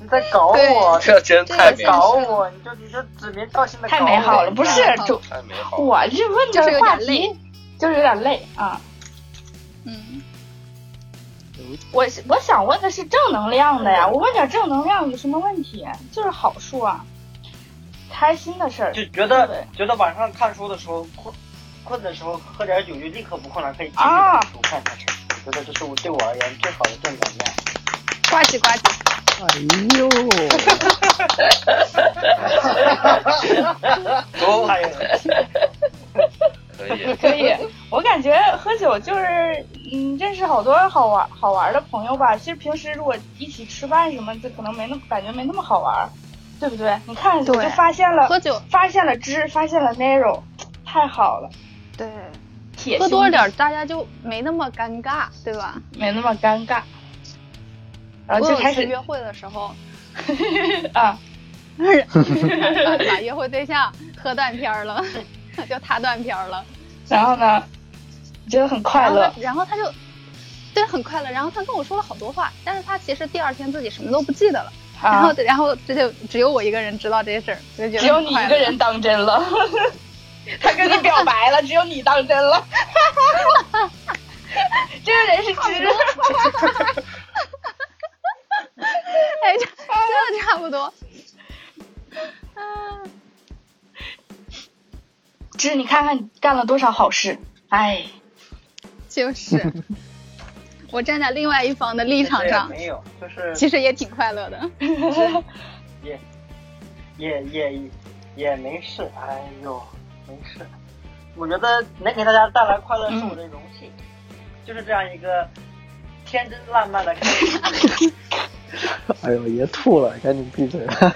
Speaker 4: 你在搞我，
Speaker 1: 这真太美
Speaker 6: 这个
Speaker 1: 好
Speaker 4: 搞
Speaker 1: 了，
Speaker 4: 我，你就你就指名道姓的
Speaker 2: 太美 好了，不是
Speaker 6: 太好了
Speaker 2: 主
Speaker 1: 太美好了。
Speaker 2: 我这问
Speaker 6: 就
Speaker 2: 的
Speaker 6: 是有
Speaker 2: 话
Speaker 6: 点
Speaker 2: 题
Speaker 6: 累
Speaker 2: 就是有点累啊。
Speaker 6: 嗯，
Speaker 2: 我我想问的是正能量的呀，我问点正能量有什么问题？就是好处啊，开心的事儿。
Speaker 4: 就觉得觉得晚上看书的时候困，困的时候喝点酒就立刻不困了，可以继续
Speaker 2: 啊
Speaker 4: 看书看下去。我觉得这是我对我而言最好的正能量。
Speaker 6: 呱唧呱唧。
Speaker 5: 哎呦，
Speaker 1: 都
Speaker 4: 还有
Speaker 1: 可以，
Speaker 2: 可以，我感觉喝酒就是，嗯，认识好多好玩好玩的朋友吧。其实平时如果一起吃饭什么，就可能没那么感觉没那么好玩，对不对？你看，我
Speaker 6: 对
Speaker 2: 就发现了，
Speaker 6: 喝酒
Speaker 2: 发现了知，发现了 narrow，太好了，
Speaker 6: 对，
Speaker 2: 铁兄
Speaker 6: 喝
Speaker 2: 弟
Speaker 6: 多了点儿，大家就没那么尴尬，对吧？
Speaker 2: 没那么尴尬，然后
Speaker 6: 我
Speaker 2: 就
Speaker 6: 有
Speaker 2: 开
Speaker 6: 一次
Speaker 2: 始
Speaker 6: 约会的时候，
Speaker 2: 啊，
Speaker 6: 把约会对象喝断片儿了， 就他断片儿了，
Speaker 2: 然后呢，觉得很快
Speaker 6: 然后
Speaker 2: 乐
Speaker 6: 他，然后他就对很快乐，然后他跟我说了好多话，但是他其实第二天自己什么都不记得了，然后
Speaker 2: 啊，
Speaker 6: 然后这就只有我一个人知道这些事儿，我就觉得
Speaker 2: 只有
Speaker 6: 很
Speaker 2: 你
Speaker 6: 快
Speaker 2: 一个
Speaker 6: 乐
Speaker 2: 人当真了，他跟你表白了，只有你当真 了，这 个人是直。
Speaker 6: 哎，这真差不多。嗯、
Speaker 2: 这你看看你干了多少好事，哎，
Speaker 6: 就是。我站在另外一方的立场
Speaker 4: 也
Speaker 6: 上，
Speaker 4: 没有，就是
Speaker 6: 其实也挺快乐的。
Speaker 4: 也也也也没事，哎呦，没事。我觉得能给大家带来快乐是我的荣幸，
Speaker 2: 嗯
Speaker 4: 就是这样一个天真烂漫的开始。
Speaker 5: 哎呦，爷吐了，赶紧闭嘴 吧！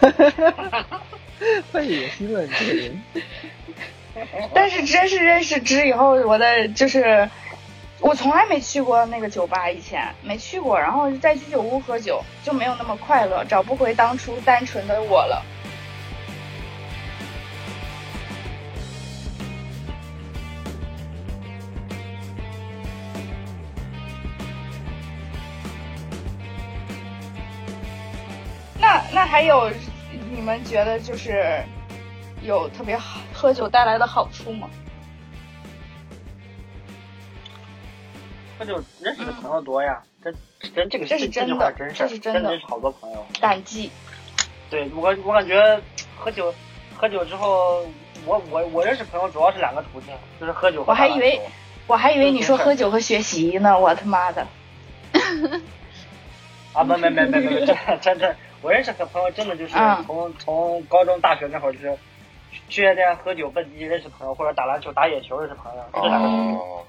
Speaker 5: 太恶心了，你这个人。
Speaker 2: 但是真是认识之以后，我的就是我从来没去过那个酒吧，以前没去过，然后在居酒屋喝酒就没有那么快乐，找不回当初单纯的我了。那那还有，你们觉得就是有特别好喝酒带来的好处吗？
Speaker 4: 喝酒认识的朋友多呀，真真这个
Speaker 2: 这是
Speaker 4: 这
Speaker 2: 真的
Speaker 4: 句话真
Speaker 2: 这是真的
Speaker 4: 真认识好多朋友。
Speaker 2: 感激。
Speaker 4: 对我我感觉喝酒喝酒之后，我我我认识朋友主要是两个途径，就是喝酒和
Speaker 2: 我还
Speaker 4: 打篮
Speaker 2: 以为
Speaker 4: 球
Speaker 2: 我还以为你说喝酒和学习呢，我他妈的！
Speaker 4: 啊，没没没没没，真真真，我认识个朋友，真的就是
Speaker 2: 嗯
Speaker 4: 从、从高中、大学那会儿就是去夜店喝酒蹦迪认识朋友，或者打篮球、打野球认识朋友，这两个
Speaker 1: 哦，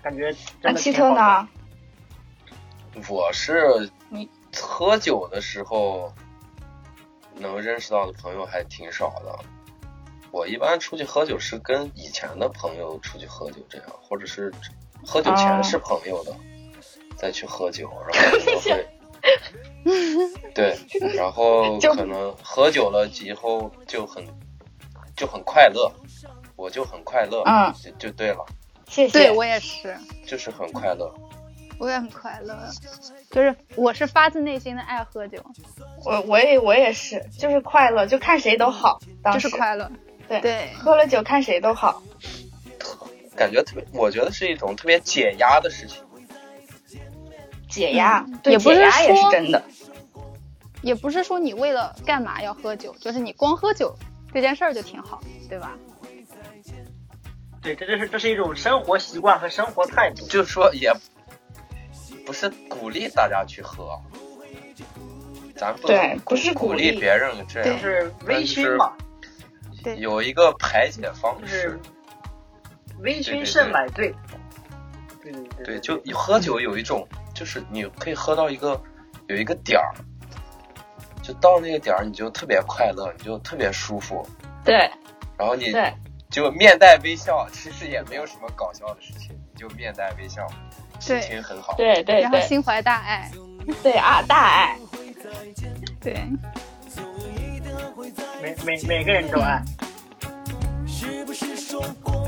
Speaker 4: 感觉
Speaker 2: 那
Speaker 4: 真的
Speaker 2: 奇
Speaker 4: 挺
Speaker 2: 特
Speaker 4: 好的。
Speaker 2: 呢？
Speaker 1: 我是
Speaker 2: 你
Speaker 1: 喝酒的时候能认识到的朋友还挺少的。我一般出去喝酒是跟以前的朋友出去喝酒，这样，或者是喝酒前是朋友的，再去喝酒，然后可能会对，然后
Speaker 2: 就
Speaker 1: 可能喝酒了以后就很就很快乐，我就很快乐，
Speaker 2: 嗯
Speaker 1: 就就对了，
Speaker 2: 谢谢。
Speaker 6: 对我也是，
Speaker 1: 就是很快乐。
Speaker 6: 我也很快乐，就是我是发自内心的爱喝酒，
Speaker 2: 我我也我也是，就是快乐，就看谁都好。当
Speaker 6: 就
Speaker 2: 时
Speaker 6: 是快乐。
Speaker 2: 对
Speaker 6: 对，
Speaker 2: 喝了酒看谁都好。
Speaker 1: 感觉特别，我觉得是一种特别解压的事情。
Speaker 2: 解压，
Speaker 6: 嗯
Speaker 2: 对
Speaker 6: 也不
Speaker 2: 解
Speaker 6: 是
Speaker 2: 压也是
Speaker 6: 说
Speaker 2: 真的，
Speaker 6: 也不是说你为了干嘛要喝酒，就是你光喝酒这件事儿就挺好，对吧？
Speaker 4: 对，这就是这是一种生活习惯和生活态度。
Speaker 1: 就说也不是鼓励大家去喝，咱不能
Speaker 2: 对，不是
Speaker 1: 鼓
Speaker 2: 励
Speaker 1: 励别人这
Speaker 4: 就
Speaker 1: 样，
Speaker 4: 是微醺嘛，
Speaker 6: 对
Speaker 1: 有一个排解方
Speaker 4: 就是
Speaker 1: 式。
Speaker 2: 嗯
Speaker 4: 微醺胜买醉。对对
Speaker 1: 对，
Speaker 4: 对
Speaker 1: 就喝酒有一种，就是你可以喝到一个有一个点儿，就到那个点儿你就特别快乐，你就特别舒服，
Speaker 2: 对
Speaker 1: 然后你
Speaker 2: 对，
Speaker 1: 就面带微笑，其实也没有什么搞笑的事情，你就面带微笑，心
Speaker 6: 对
Speaker 1: 情很好。
Speaker 2: 对对
Speaker 6: 然后
Speaker 2: 对
Speaker 6: 心怀大爱，
Speaker 2: 对啊，大爱，
Speaker 6: 对，
Speaker 4: 每每每个人都爱。
Speaker 3: 是不是说过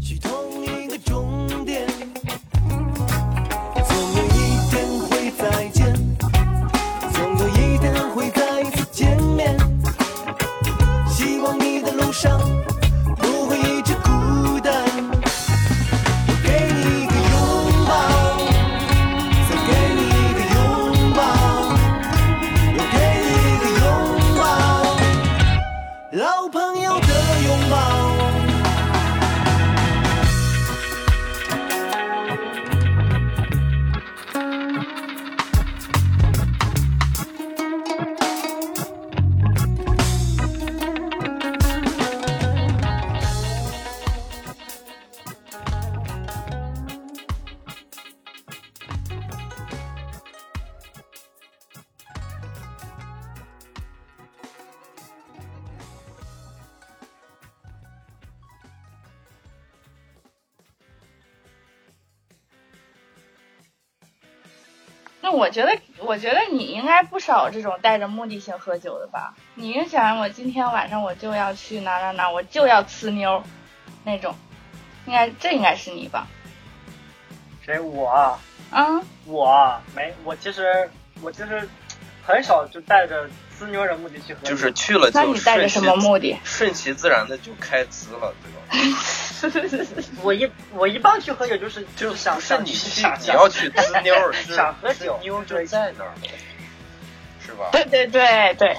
Speaker 3: 去同一个终点？总有一天会再见，总有一天会再次见面。希望你的路上不会一直孤单。我给你一个拥抱，再给你一个拥抱，又给你一个拥抱。老朋友的拥抱。
Speaker 2: 那我觉得，我觉得你应该不少这种带着目的性喝酒的吧？你就想我今天晚上我就要去哪哪哪，我就要呲妞儿，那种，应该这应该是你吧？
Speaker 4: 谁我啊？
Speaker 2: 啊，
Speaker 4: 我啊没我其实我就是很少就带着呲妞的目的去喝酒，
Speaker 1: 就是去了
Speaker 2: 那
Speaker 1: 就
Speaker 2: 你带着
Speaker 1: 顺
Speaker 2: 什
Speaker 1: 其
Speaker 2: 么目的？
Speaker 1: 顺其自然的就开呲了，对吧？
Speaker 4: 我一我一般去喝酒就是就是想
Speaker 1: 不是
Speaker 4: 想
Speaker 1: 你去
Speaker 4: 想
Speaker 1: 你要去滋妞儿，是
Speaker 4: 想喝
Speaker 1: 是
Speaker 4: 酒
Speaker 1: 妞儿
Speaker 4: 对
Speaker 1: 就在那儿，是吧？吧？
Speaker 2: 对对对对，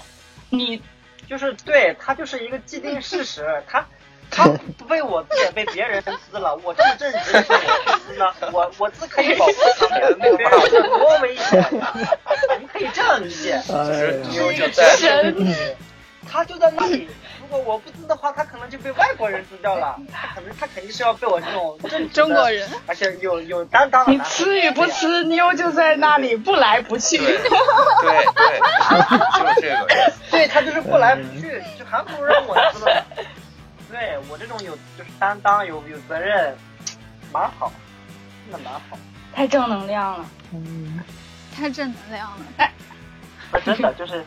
Speaker 4: 你就是对他就是一个既定 事实，他他不被我自也被别人撕了，我这么正直，为什么我去撕呢？我我自可以保护他 们，没有别人有多危险呀？你可以这样理解，
Speaker 1: 就是
Speaker 5: 哎
Speaker 1: 妞
Speaker 4: 是一
Speaker 1: 就
Speaker 4: 个
Speaker 1: 在
Speaker 4: 神他就在那里。如果我不撕的话，他可能就被外国人撕掉了。他可能他肯定是要被我这种正直的
Speaker 6: 中国，人，
Speaker 4: 而且有有担当的
Speaker 2: 你
Speaker 4: 男人
Speaker 2: 吃与不吃，妞就在那里不来不去。
Speaker 1: 对对对，就这个意思。
Speaker 4: 对他就是不来不去，就还不如让我知道。对我这种有就是担当、有有责任，蛮好，真的蛮好。
Speaker 2: 太正能量了。
Speaker 6: 太正能量了。
Speaker 5: 哎
Speaker 4: 那真的就是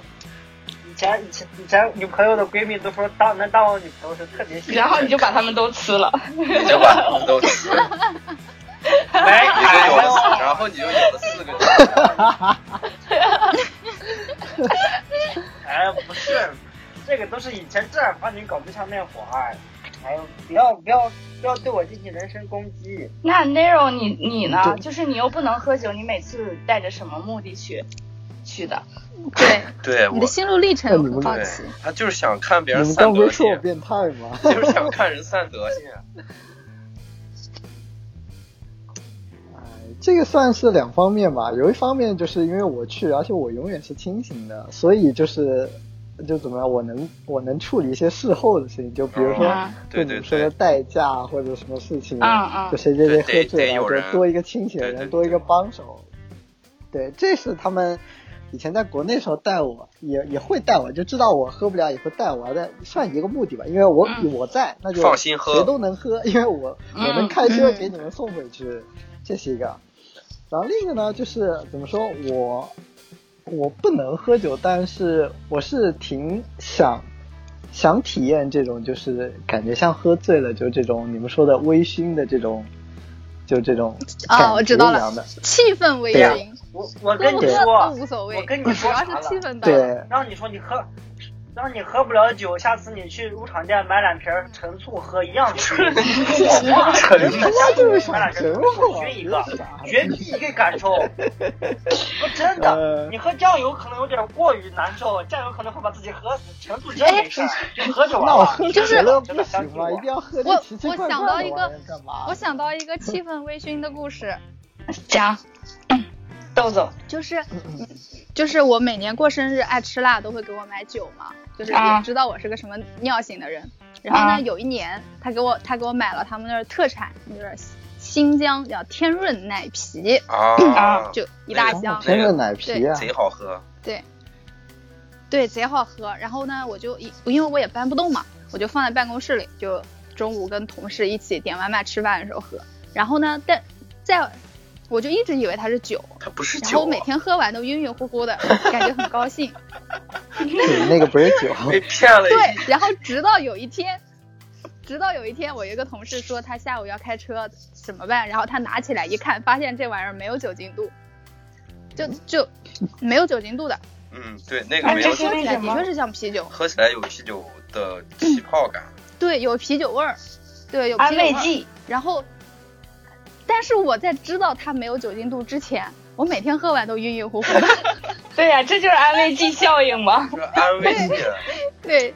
Speaker 4: 以前以前以前女朋友的闺蜜都说当能当我女朋友是特别幸运的。
Speaker 2: 然后你就把他们都吃了，
Speaker 1: 你就把他们 都吃了，
Speaker 4: 没
Speaker 1: 你就有
Speaker 4: 还有
Speaker 1: 了，然后你就有了四个女朋友。
Speaker 4: 哎不是，这个都是以前正儿八经搞对象那会儿。哎呦，不要不要不要对我进行人身攻击。
Speaker 2: 那 Nero 你你呢？
Speaker 5: 对
Speaker 2: 就是你又不能喝酒，你每次带着什么目的去去的？
Speaker 6: 对，
Speaker 1: 对
Speaker 6: 你
Speaker 1: 我，
Speaker 6: 的心路历程哦我很好
Speaker 1: 对
Speaker 6: 奇。
Speaker 1: 他就是想看别
Speaker 5: 你
Speaker 1: 人
Speaker 5: 们
Speaker 1: 散
Speaker 5: 刚不
Speaker 1: 德
Speaker 5: 是说我
Speaker 1: 性，
Speaker 5: 变态吗？
Speaker 1: 就是想看人散德性。
Speaker 5: 哎这个算是两方面吧，有一方面就是因为我去，而且我永远是清醒的，所以就是就怎么样，我能我能处理一些事后的事情，就比如说、
Speaker 1: 嗯
Speaker 5: 就
Speaker 1: 对
Speaker 5: 你
Speaker 1: 对
Speaker 5: 说的
Speaker 1: 对，啊
Speaker 5: 代驾或者什么事情，
Speaker 2: 嗯嗯
Speaker 5: 就谁
Speaker 1: 对
Speaker 5: 谁谁喝
Speaker 1: 得
Speaker 5: 醉
Speaker 1: 得
Speaker 5: 了，
Speaker 1: 有
Speaker 5: 就
Speaker 1: 人
Speaker 5: 多一个清醒的
Speaker 1: 对对
Speaker 5: 人，
Speaker 1: 对
Speaker 5: 多一个帮手。对，这是他们以前在国内时候带我，也也会带我，就知道我喝不了，也会带我，但算一个目的吧，因为我、
Speaker 2: 嗯
Speaker 5: 我在，那就
Speaker 1: 放心喝
Speaker 5: 谁都能喝，因为我我
Speaker 2: 嗯
Speaker 5: 能开车
Speaker 6: 嗯
Speaker 5: 给你们送回去，这是一个。然后另一个呢，就是怎么说我我不能喝酒，但是我是挺想想体验这种，就是感觉像喝醉了就这种你们说的微醺的这种，就这种
Speaker 6: 哦
Speaker 5: 感
Speaker 6: 我
Speaker 5: 觉
Speaker 6: 知道
Speaker 5: 一
Speaker 6: 了
Speaker 5: 样的。
Speaker 6: 气氛为
Speaker 5: 对啊呀
Speaker 6: 零，
Speaker 4: 我我
Speaker 6: 喝
Speaker 4: 跟
Speaker 6: 不
Speaker 4: 你
Speaker 6: 喝
Speaker 4: 说
Speaker 6: 都，无所谓，
Speaker 4: 我跟你
Speaker 6: 主
Speaker 4: 说
Speaker 6: 要
Speaker 4: 啥
Speaker 6: 是
Speaker 4: 了
Speaker 6: 气氛到了。
Speaker 5: 对，
Speaker 4: 让你说你喝，让你喝不了酒，下次你去入场店买两瓶儿陈醋喝，一样 去。
Speaker 1: 陈
Speaker 4: 真的，下次你买两瓶儿陈醋啊熏一个，绝逼一个感受。我真的
Speaker 5: 呃，
Speaker 4: 你喝酱油可能有点过于难受，酱油可能会把自己喝死，陈醋真没事儿，就喝就
Speaker 5: 哎
Speaker 4: 完
Speaker 5: 那我
Speaker 4: 了
Speaker 5: 喝。
Speaker 4: 真
Speaker 5: 酒
Speaker 4: 的
Speaker 5: 了
Speaker 4: 真
Speaker 5: 不
Speaker 4: 的相
Speaker 5: 行
Speaker 4: 信
Speaker 5: 吗？一
Speaker 4: 我
Speaker 5: 定。要喝
Speaker 6: 我
Speaker 5: 这奇奇怪
Speaker 6: 我
Speaker 5: 怪的
Speaker 6: 想到一个
Speaker 5: 玩意儿干嘛？
Speaker 6: 我想到一个气氛微醺的故事，
Speaker 2: 讲，
Speaker 1: 嗯
Speaker 2: 豆豆，
Speaker 6: 就是就是我每年过生日爱吃辣，都会给我买酒嘛，就是
Speaker 2: 啊
Speaker 6: 也知道我是个什么尿性的人。然后
Speaker 2: 啊
Speaker 6: 呢，有一年他给我他给我买了他们那儿特产，就是新疆叫天润奶啤，
Speaker 1: 啊，
Speaker 6: 就一大
Speaker 1: 那
Speaker 6: 箱
Speaker 5: 哦。天润奶啤啊，
Speaker 1: 贼好喝。
Speaker 6: 对，贼好喝。然后呢，我就一因为我也搬不动嘛，我就放在办公室里，就中午跟同事一起点外卖吃饭的时候喝。然后呢，但在我就一直以为它是酒，
Speaker 1: 它不是
Speaker 6: 然
Speaker 1: 酒
Speaker 6: 后
Speaker 1: 啊，
Speaker 6: 每天喝完都晕晕乎乎 的，感觉很高兴。
Speaker 5: 对那个不是 酒，
Speaker 1: 被骗了一
Speaker 6: 对，然后直到有一天，直到有一天，我有一个同事说他下午要开车，怎么办？然后他拿起来一看，发现这玩意儿没有酒精度，就就没有酒精度的，
Speaker 1: 嗯，对，那个
Speaker 2: 哎
Speaker 1: 没
Speaker 2: 这
Speaker 1: 有
Speaker 2: 是
Speaker 1: 酒，
Speaker 6: 喝起
Speaker 2: 为
Speaker 6: 来
Speaker 2: 什
Speaker 6: 的
Speaker 2: 么
Speaker 6: 确是像啤酒，
Speaker 1: 喝起来有啤酒的气泡感。
Speaker 6: 对，有啤酒味儿，对，有啤
Speaker 2: 安
Speaker 6: 酒味
Speaker 2: 慰
Speaker 6: 儿。
Speaker 2: 剂，
Speaker 6: 然后，但是我在知道它没有酒精度之前，我每天喝完都晕晕乎乎的。
Speaker 2: 对呀、这就是安慰剂效应 嘛。
Speaker 1: 说安慰剂，
Speaker 6: 对，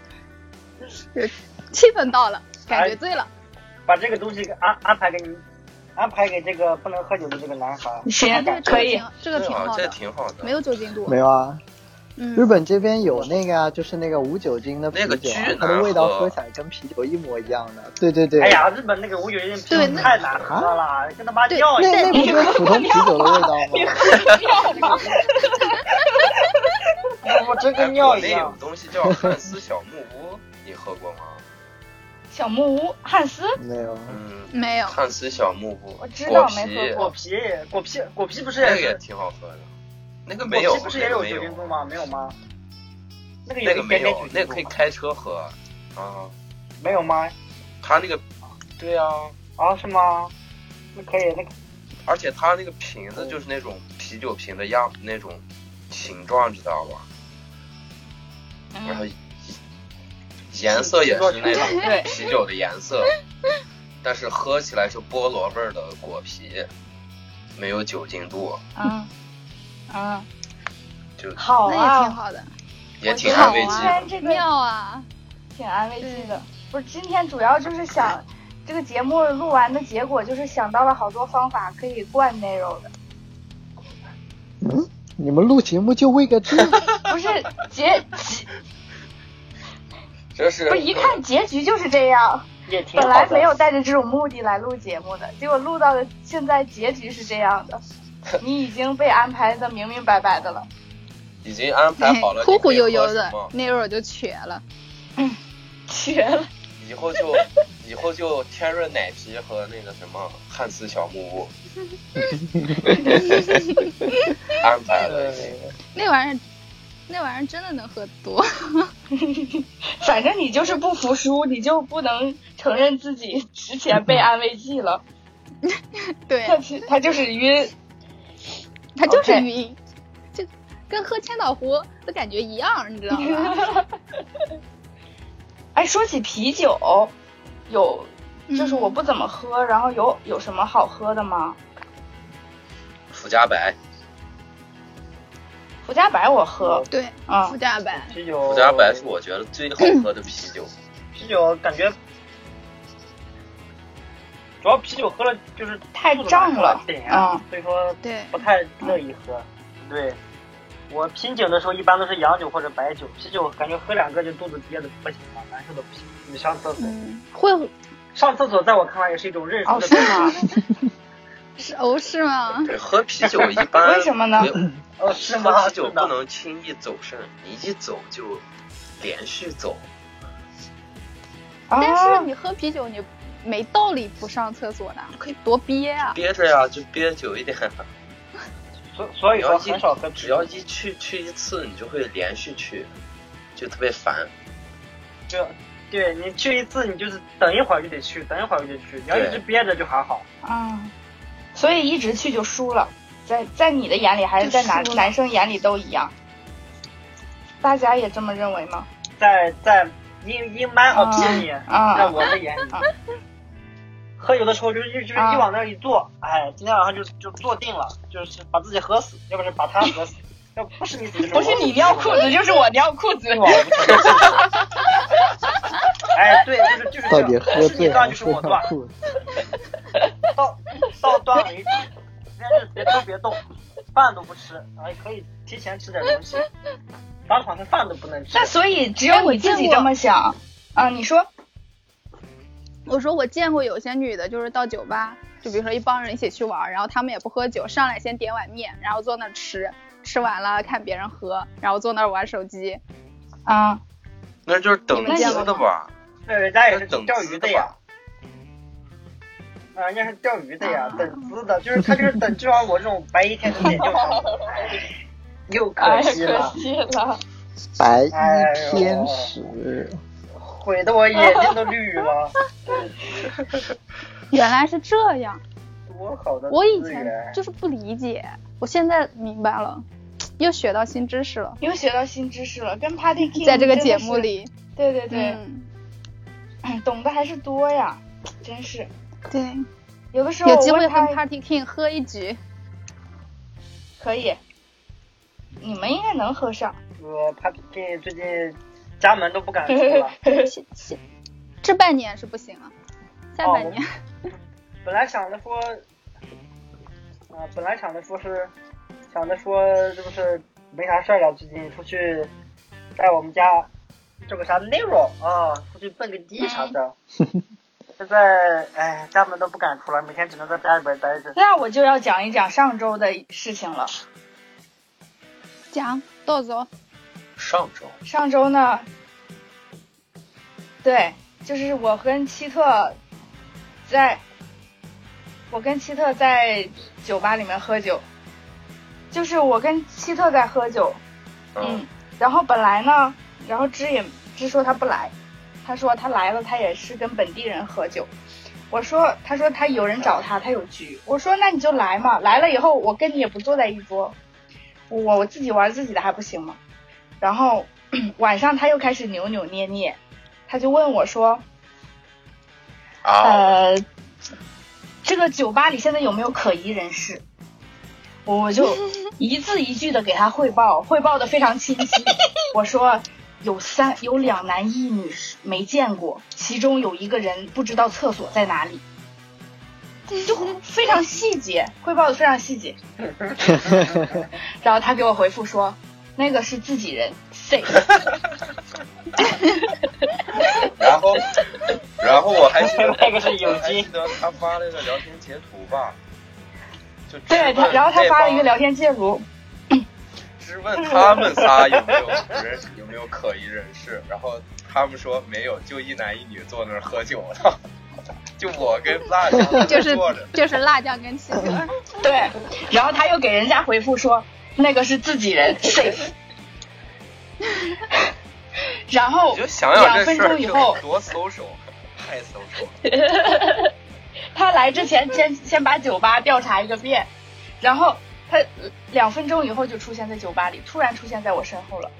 Speaker 6: 就气氛到了，感觉醉了。
Speaker 4: 把这个东西给安安排给你，安排给这个不能喝酒的这个男孩。
Speaker 2: 行
Speaker 6: 这个
Speaker 2: 哎可以
Speaker 6: 挺，这个挺
Speaker 1: 啊，
Speaker 6: 好
Speaker 1: 这
Speaker 6: 的，
Speaker 1: 挺好的。
Speaker 6: 没有酒精度
Speaker 5: 没。有啊。
Speaker 6: 嗯，
Speaker 5: 日本这边有那个啊，就是那个无酒精的啤
Speaker 1: 那个
Speaker 5: 酒啊、
Speaker 1: 巨
Speaker 5: 它
Speaker 1: 难
Speaker 5: 的味道
Speaker 1: 喝
Speaker 5: 喝起来跟啤酒一模一样的。对对对，
Speaker 4: 哎呀，日本那个无酒精啤
Speaker 6: 对
Speaker 4: 酒
Speaker 6: 那
Speaker 4: 太难喝
Speaker 1: 啊
Speaker 4: 了，跟他妈尿一
Speaker 5: 那
Speaker 4: 样。
Speaker 5: 那不就是普通啤酒的味道吗？
Speaker 4: 我真
Speaker 1: 哎
Speaker 4: 跟尿
Speaker 1: 国
Speaker 4: 一
Speaker 1: 内有
Speaker 4: 样。
Speaker 1: 东西叫汉斯小木屋，你喝过吗？
Speaker 2: 小木屋汉斯，
Speaker 5: 没有，
Speaker 1: 嗯，
Speaker 6: 没有，
Speaker 1: 汉斯小木屋，
Speaker 2: 我知
Speaker 1: 果
Speaker 2: 道
Speaker 1: 皮
Speaker 2: 没喝
Speaker 4: 果皮，果皮，果皮不是
Speaker 1: 那
Speaker 4: 也
Speaker 1: 个也
Speaker 4: 是，
Speaker 1: 挺好喝的，那个
Speaker 4: 果
Speaker 1: 没有
Speaker 4: 皮，不是也
Speaker 1: 那个
Speaker 4: 有
Speaker 1: 没
Speaker 4: 酒精度吗？没有吗？那个
Speaker 1: 那个
Speaker 4: 有一
Speaker 1: 没
Speaker 4: 点点
Speaker 1: 有
Speaker 4: 酒，
Speaker 1: 那
Speaker 4: 精
Speaker 1: 个可以
Speaker 4: 度吗，
Speaker 1: 开车喝啊。
Speaker 4: 没有吗？
Speaker 1: 它那个，对啊，
Speaker 4: 啊，是吗？那可以，那个
Speaker 1: 而且它那个瓶子就是那种啤酒瓶的样，那种形状，知道吧？
Speaker 6: 嗯
Speaker 1: 然后颜色也是那种
Speaker 2: 对
Speaker 1: 啤酒的颜色，但是喝起来是菠萝味儿的果皮，没有酒精度。
Speaker 2: 嗯嗯，
Speaker 1: 就
Speaker 2: 好
Speaker 6: 那也挺
Speaker 2: 啊，
Speaker 6: 好的，
Speaker 1: 也挺
Speaker 6: 好
Speaker 1: 安慰剂
Speaker 6: 啊
Speaker 1: 的。，
Speaker 2: 这个
Speaker 6: 妙啊！
Speaker 2: 挺安慰剂的。不是，今天主要就是想这个节目录完的结果，就是想到了好多方法可以灌内容的，
Speaker 7: 嗯，你们录节目就为个这？
Speaker 2: 不是结结
Speaker 1: 就是
Speaker 2: 不是一看结局就是这样。
Speaker 4: 也挺
Speaker 2: 本
Speaker 4: 好
Speaker 2: 来
Speaker 4: 的。
Speaker 2: 没有带着这种目的来录节目的，结果录到的现在结局是这样的，你已经被安排的明明白白的了。
Speaker 1: 已经安排好 了，
Speaker 6: 忽忽哎悠
Speaker 1: 你可以
Speaker 6: 悠
Speaker 1: 喝
Speaker 6: 的
Speaker 1: 什么，
Speaker 6: 那会儿就瘸了。
Speaker 2: 绝了！
Speaker 1: 以后 就以后就天润奶皮和那个什么汉斯小木 屋，安排了已经。
Speaker 6: 那玩意儿，那玩意儿真的能喝多。
Speaker 2: 反正你就是不服输，你就不能承认自己之前被安慰剂了。
Speaker 6: 对，
Speaker 2: 他其他就是晕，
Speaker 6: 它就是
Speaker 2: OK
Speaker 6: 晕，就跟喝千岛湖的感觉一样，你知道吧？
Speaker 2: 哎，说起啤酒，有就是
Speaker 6: 嗯
Speaker 2: 我不怎么喝，然后有有什么好喝的吗？
Speaker 1: 福加白，
Speaker 2: 福加白我喝，
Speaker 6: 对，
Speaker 2: 啊
Speaker 6: 副驾版。
Speaker 4: 啤酒，
Speaker 1: 福加白是我觉得最好喝的啤酒。
Speaker 4: 啤酒感觉，主要啤酒喝了就是
Speaker 2: 太
Speaker 4: 肚子
Speaker 2: 胀
Speaker 4: 难受
Speaker 2: 了
Speaker 4: 对呀
Speaker 2: 嗯
Speaker 4: 所以说
Speaker 6: 对，
Speaker 4: 不太乐意喝。对，我品酒的时候一般都是洋酒或者白酒，啤酒感觉喝两个就肚子憋的不行了，难受的不行，你上厕所。
Speaker 6: 嗯，会
Speaker 4: 上厕所在我看来也是一种认 输
Speaker 2: 哦
Speaker 4: 的
Speaker 2: 是
Speaker 4: 表现。
Speaker 2: 吗？
Speaker 6: 是哦是吗？
Speaker 1: 对，喝啤酒一般
Speaker 2: 为什么呢
Speaker 1: 没有
Speaker 4: 哦，是吗？
Speaker 1: 喝啤酒
Speaker 4: 是的
Speaker 1: 不能轻易走肾，你一走就连续走。
Speaker 2: 啊
Speaker 6: 但是你喝啤酒，你没道理不上厕所的，可以多憋啊！
Speaker 1: 憋着呀，就憋久一点。
Speaker 4: 所所以
Speaker 1: 只要
Speaker 4: 说
Speaker 1: 一
Speaker 4: 很少喝啤
Speaker 1: 只
Speaker 4: 酒
Speaker 1: 要一去去一次，你就会连续去，就特别烦。
Speaker 4: 就对你去一次，你就是等一会儿就得去，等一会儿就得去。你要一直
Speaker 1: 对
Speaker 4: 憋着就还好。
Speaker 2: 嗯，所以一直去就输了，在在你的眼里还是在男
Speaker 6: 就输了
Speaker 2: 男生眼里都一样，大家也这么认为吗？
Speaker 4: 在在 in in my
Speaker 2: 啊
Speaker 4: opinion，、
Speaker 2: 啊
Speaker 4: 在我的眼里，
Speaker 2: 啊
Speaker 4: 喝酒的时候就是就是一
Speaker 2: 啊
Speaker 4: 往那儿一坐，哎，今天晚上就就坐定了，就是把自己喝死，要不然把他喝死，要不是你死就是我
Speaker 2: 不是你尿裤子就是我尿裤子
Speaker 4: 死，，我无耻哎，对，就是就是这
Speaker 7: 到
Speaker 4: 样
Speaker 7: 底
Speaker 4: 不
Speaker 7: 喝
Speaker 4: 是你
Speaker 7: 醉
Speaker 4: 断
Speaker 7: 还
Speaker 4: 就是是我
Speaker 7: 尿
Speaker 4: 断，
Speaker 7: 裤子？
Speaker 4: 到到断为止，今天就别动别动，饭都不吃，哎，可以提前吃点东西，当场的饭都不能吃
Speaker 2: 那，所以只
Speaker 6: 哎
Speaker 2: 有
Speaker 6: 我
Speaker 2: 你自己
Speaker 6: 见过
Speaker 2: 这么想啊？你说
Speaker 6: 我说我见过有些女的，就是到酒吧，就比如说一帮人一起去玩，然后他们也不喝酒，上来先点碗面，然后坐那儿吃，吃完了看别人喝，然后坐那儿玩手机。
Speaker 2: 啊？
Speaker 1: 那就是等
Speaker 6: 你们见
Speaker 1: 资
Speaker 6: 过
Speaker 1: 的吧？
Speaker 4: 那人家也是
Speaker 1: 等
Speaker 4: 钓
Speaker 1: 资
Speaker 4: 鱼
Speaker 1: 的
Speaker 4: 的呀
Speaker 1: 吧。。
Speaker 4: 啊，人家是钓鱼的呀，等资的，就是他就是等，就像我这种白衣天使点就好，又可
Speaker 2: 哎，
Speaker 4: 惜
Speaker 2: 可
Speaker 4: 了，
Speaker 2: 惜了，
Speaker 7: 白
Speaker 4: 哎
Speaker 7: 衣天使，
Speaker 4: 毁得我眼睛都绿了，
Speaker 6: 原来是这样，
Speaker 4: 多好的
Speaker 6: 我以
Speaker 4: 资
Speaker 6: 前
Speaker 4: 源
Speaker 6: 就是不理解，我现在明白了，又学到新知识了，
Speaker 2: 又学到新知识了，跟 Party King
Speaker 6: 在这个
Speaker 2: 真的
Speaker 6: 节
Speaker 2: 是
Speaker 6: 目，里，
Speaker 2: 对对对，
Speaker 6: 嗯，
Speaker 2: 懂得还是多呀，真是。
Speaker 6: 对，
Speaker 2: 有的时候
Speaker 6: 有机
Speaker 2: 我
Speaker 6: 会
Speaker 2: 问
Speaker 6: 跟
Speaker 2: 他
Speaker 6: Party King 喝一局，
Speaker 2: 可以，你们应该能合 上。
Speaker 4: 我怕这最近家门都不敢 出了，
Speaker 6: 谢谢。这半年是不行了，下
Speaker 4: 哦
Speaker 6: 半年、
Speaker 4: 本来想着说，啊、本来想着说是，想着说这不是没啥事儿了，最近出去在我们家这个啥 Nero 啊，出去蹦个迪啥 的。现在哎，家门都不敢出来，每天只能在家里边待着。
Speaker 2: 那我就要讲一讲上周的事情了。
Speaker 6: 讲豆 子哦，
Speaker 1: 上周
Speaker 2: 上周呢，对，就是我跟希特在，我跟希特在酒吧里面喝酒，就是我跟希特在喝酒，嗯，然后本来呢，然后芝也芝说他不来，他说他来了，他也是跟本地人喝酒。我说，他说他有人找他，他有局。我说那你就来嘛，来了以后我跟你也不坐在一桌，我我自己玩自己的还不行吗？然后 晚上他又开始扭扭捏捏，他就问我说，
Speaker 1: 啊，
Speaker 2: 呃呃，这个酒吧里现在有没有可疑人士？我就一字一句的给他汇报，汇报的非常清晰。我说有三有两男一女没见过，其中有一个人不知道厕所在哪里，就非常细节，汇报的非常细节。然后他给我回复说，那个是自己人，safe。
Speaker 1: 然后，然后我还记得
Speaker 4: 那个是有
Speaker 1: 我还
Speaker 4: 机
Speaker 1: 记得他发了一个聊天截图吧，就质
Speaker 2: 对
Speaker 1: 问
Speaker 2: 他，然后他
Speaker 1: 那
Speaker 2: 发了
Speaker 1: 帮
Speaker 2: 一个聊天截图，
Speaker 1: 质问他们仨有没有不认识，有没有可疑人士，然后他们说没有，就一男一女坐那儿喝酒呢， 就我跟辣椒在那
Speaker 6: 就是
Speaker 1: 坐着，
Speaker 6: 就是辣酱跟七哥，
Speaker 2: 对，然后他又给人家回复说那个是自己人，safe。然后
Speaker 1: 你就想想
Speaker 2: 两
Speaker 1: 这
Speaker 2: 分
Speaker 1: 事儿
Speaker 2: 钟以后
Speaker 1: 就，多 social，太 social 了。
Speaker 2: 他来之前先先把酒吧调查一个遍，然后他呃两分钟以后就出现在酒吧里，突然出现在我身后了。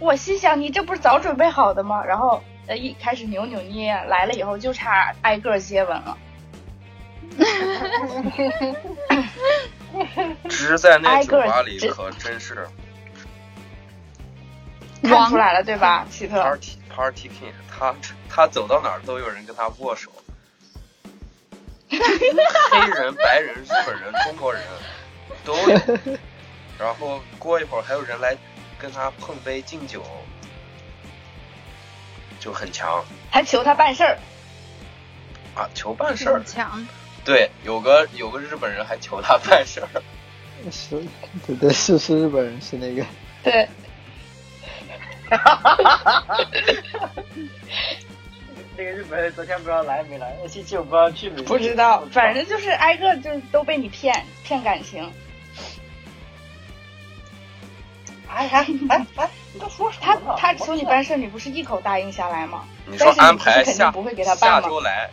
Speaker 2: 我心想，你这不是早准备好的吗？然后呃，一开始扭扭捏捏来了以后，就差挨个接吻了。
Speaker 1: 只在那
Speaker 2: 挨
Speaker 1: 酒
Speaker 2: 个
Speaker 1: 吧里
Speaker 2: 这
Speaker 1: 可真是
Speaker 2: 看
Speaker 6: 王
Speaker 2: 出来了对吧，希 特？
Speaker 1: party party king，他他走到哪儿都有人跟他握手，黑人、白人、日本人、中国人都 有。然后过一会儿还有人来跟他碰杯敬酒，就很强
Speaker 2: 还求他办事儿，
Speaker 1: 啊！求办事
Speaker 6: 很
Speaker 1: 儿，
Speaker 6: 强，
Speaker 1: 对，有个有个日本人还求他办 事儿，
Speaker 7: 是，对对是是日本人，是那个
Speaker 2: 对，
Speaker 4: 那个日本人昨天不知道来没来，那星期我不知道去没去。
Speaker 2: 不知道，反正就是挨个就是都被你骗，骗感情。
Speaker 4: 哎哎哎哎，你都说什么
Speaker 2: 他
Speaker 4: 呢
Speaker 2: 他求你办事儿，你不是一口答应下来吗？
Speaker 1: 你说安排
Speaker 2: 但是你肯定
Speaker 1: 下
Speaker 2: 不会给他办
Speaker 1: 下
Speaker 2: 吗
Speaker 1: 周来，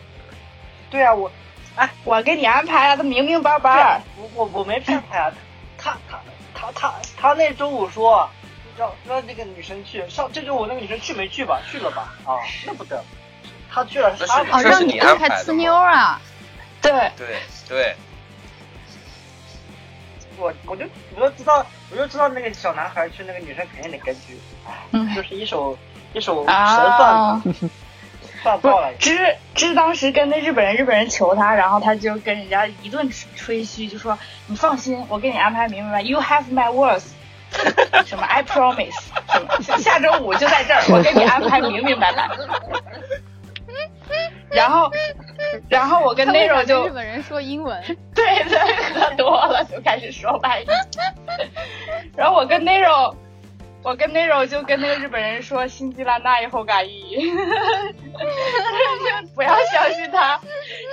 Speaker 2: 对啊，我，哎，我给你安排了，的明明白白。
Speaker 4: 我我我没骗他呀，他他他他他那周五说让让那个女生去上，这周五那个女生去没去吧？去了吧？啊，那不得，他去了，
Speaker 1: 这是
Speaker 4: 他
Speaker 6: 哦，
Speaker 1: 这
Speaker 6: 让
Speaker 1: 是
Speaker 6: 你
Speaker 1: 你
Speaker 6: 安
Speaker 1: 安排
Speaker 6: 排
Speaker 1: 的
Speaker 6: 呲
Speaker 1: 吗
Speaker 6: 妞啊，
Speaker 2: 对，
Speaker 1: 对对，
Speaker 4: 我我就我就知道我就知道那个小男孩去那个女生肯定得跟去，哎，就是一手一手神
Speaker 2: 啊
Speaker 4: 算算
Speaker 2: 不
Speaker 4: 爆了，
Speaker 2: 芝芝当时跟那日本人，日本人求他，然后他就跟人家一顿吹嘘，就说你放心，我给你安排明白，You have my words，什么 I promise，什么下周五就在这儿，我给你安排明明白白。然后，然后我跟
Speaker 6: 他为
Speaker 2: 那
Speaker 6: 啥
Speaker 2: 种就
Speaker 6: 跟日本人说英文？
Speaker 2: 对对，喝多了就开始说外语。然后我跟 Nero，我跟 Nero 就跟那个日本人说新西兰那以后嘎伊， 就不要相信他。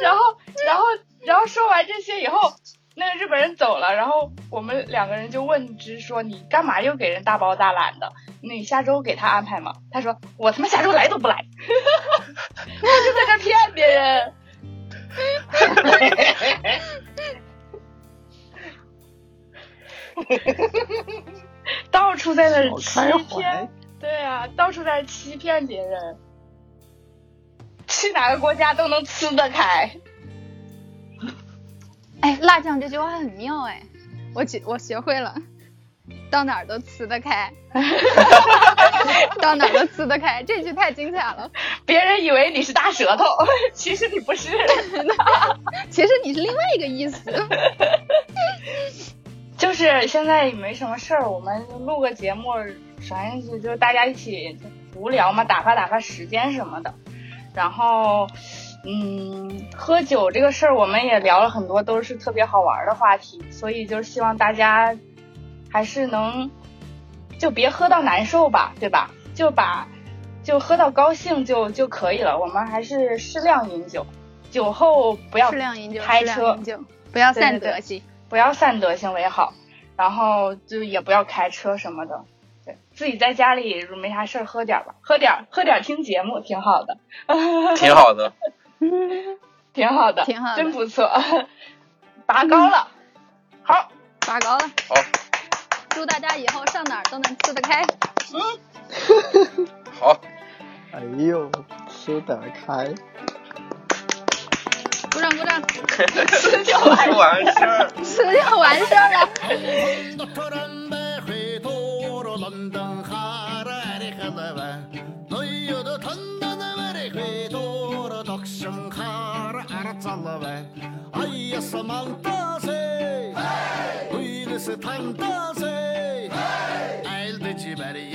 Speaker 2: 然后，然后，然后说完这些以后，那个日本人走了，然后我们两个人就问之说你干嘛又给人大包大揽的？你下周给他安排吗？他说我他妈下周来都不来，我就在这骗别人。到处在那儿欺
Speaker 7: 开
Speaker 2: 骗
Speaker 7: 怀，，啊
Speaker 2: 对啊，到处在那儿欺骗别人，去哪个国家都能吃得开。
Speaker 6: 哎，辣酱这句话很妙哎，我学我学会了，到哪儿都呲得开，到哪儿都呲得开，这句太精彩了。
Speaker 2: 别人以为你是大舌头， 其实你不是。
Speaker 6: 其实你是另外一个意思，
Speaker 2: 就是现在也没什么事儿，我们录个节目，反正就就大家一起无聊嘛，打发打发时间什么的。然后，嗯，喝酒这个事儿我们也聊了很多，都是特别好玩的话题，所以就是希望大家还是能就别喝到难受吧，对吧？就把就喝到高兴就就可以了。我们还是适量饮酒，酒后不要
Speaker 6: 适量饮酒，
Speaker 2: 开
Speaker 6: 适
Speaker 2: 车
Speaker 6: 量饮酒，不要
Speaker 2: 对对
Speaker 6: 散
Speaker 2: 对
Speaker 6: 德性。
Speaker 2: 不要散德行为好，然后就也不要开车什么的。对自己在家里如没啥事儿喝点儿吧，喝点儿喝点儿听节目挺好的，
Speaker 1: 挺好的。
Speaker 2: 挺好的，
Speaker 6: 挺好的
Speaker 2: 真不错，拔高了。好，
Speaker 6: 拔高了，
Speaker 1: 好，
Speaker 6: 祝大家以后上哪儿都能吃得开。
Speaker 1: 好，
Speaker 7: 哎呦，吃得开。
Speaker 6: 不让 鼓掌，
Speaker 8: 撕掉
Speaker 1: 不完事儿。
Speaker 6: 吃就完事儿了。
Speaker 3: Hey! Uylisi tantası Elde ciberi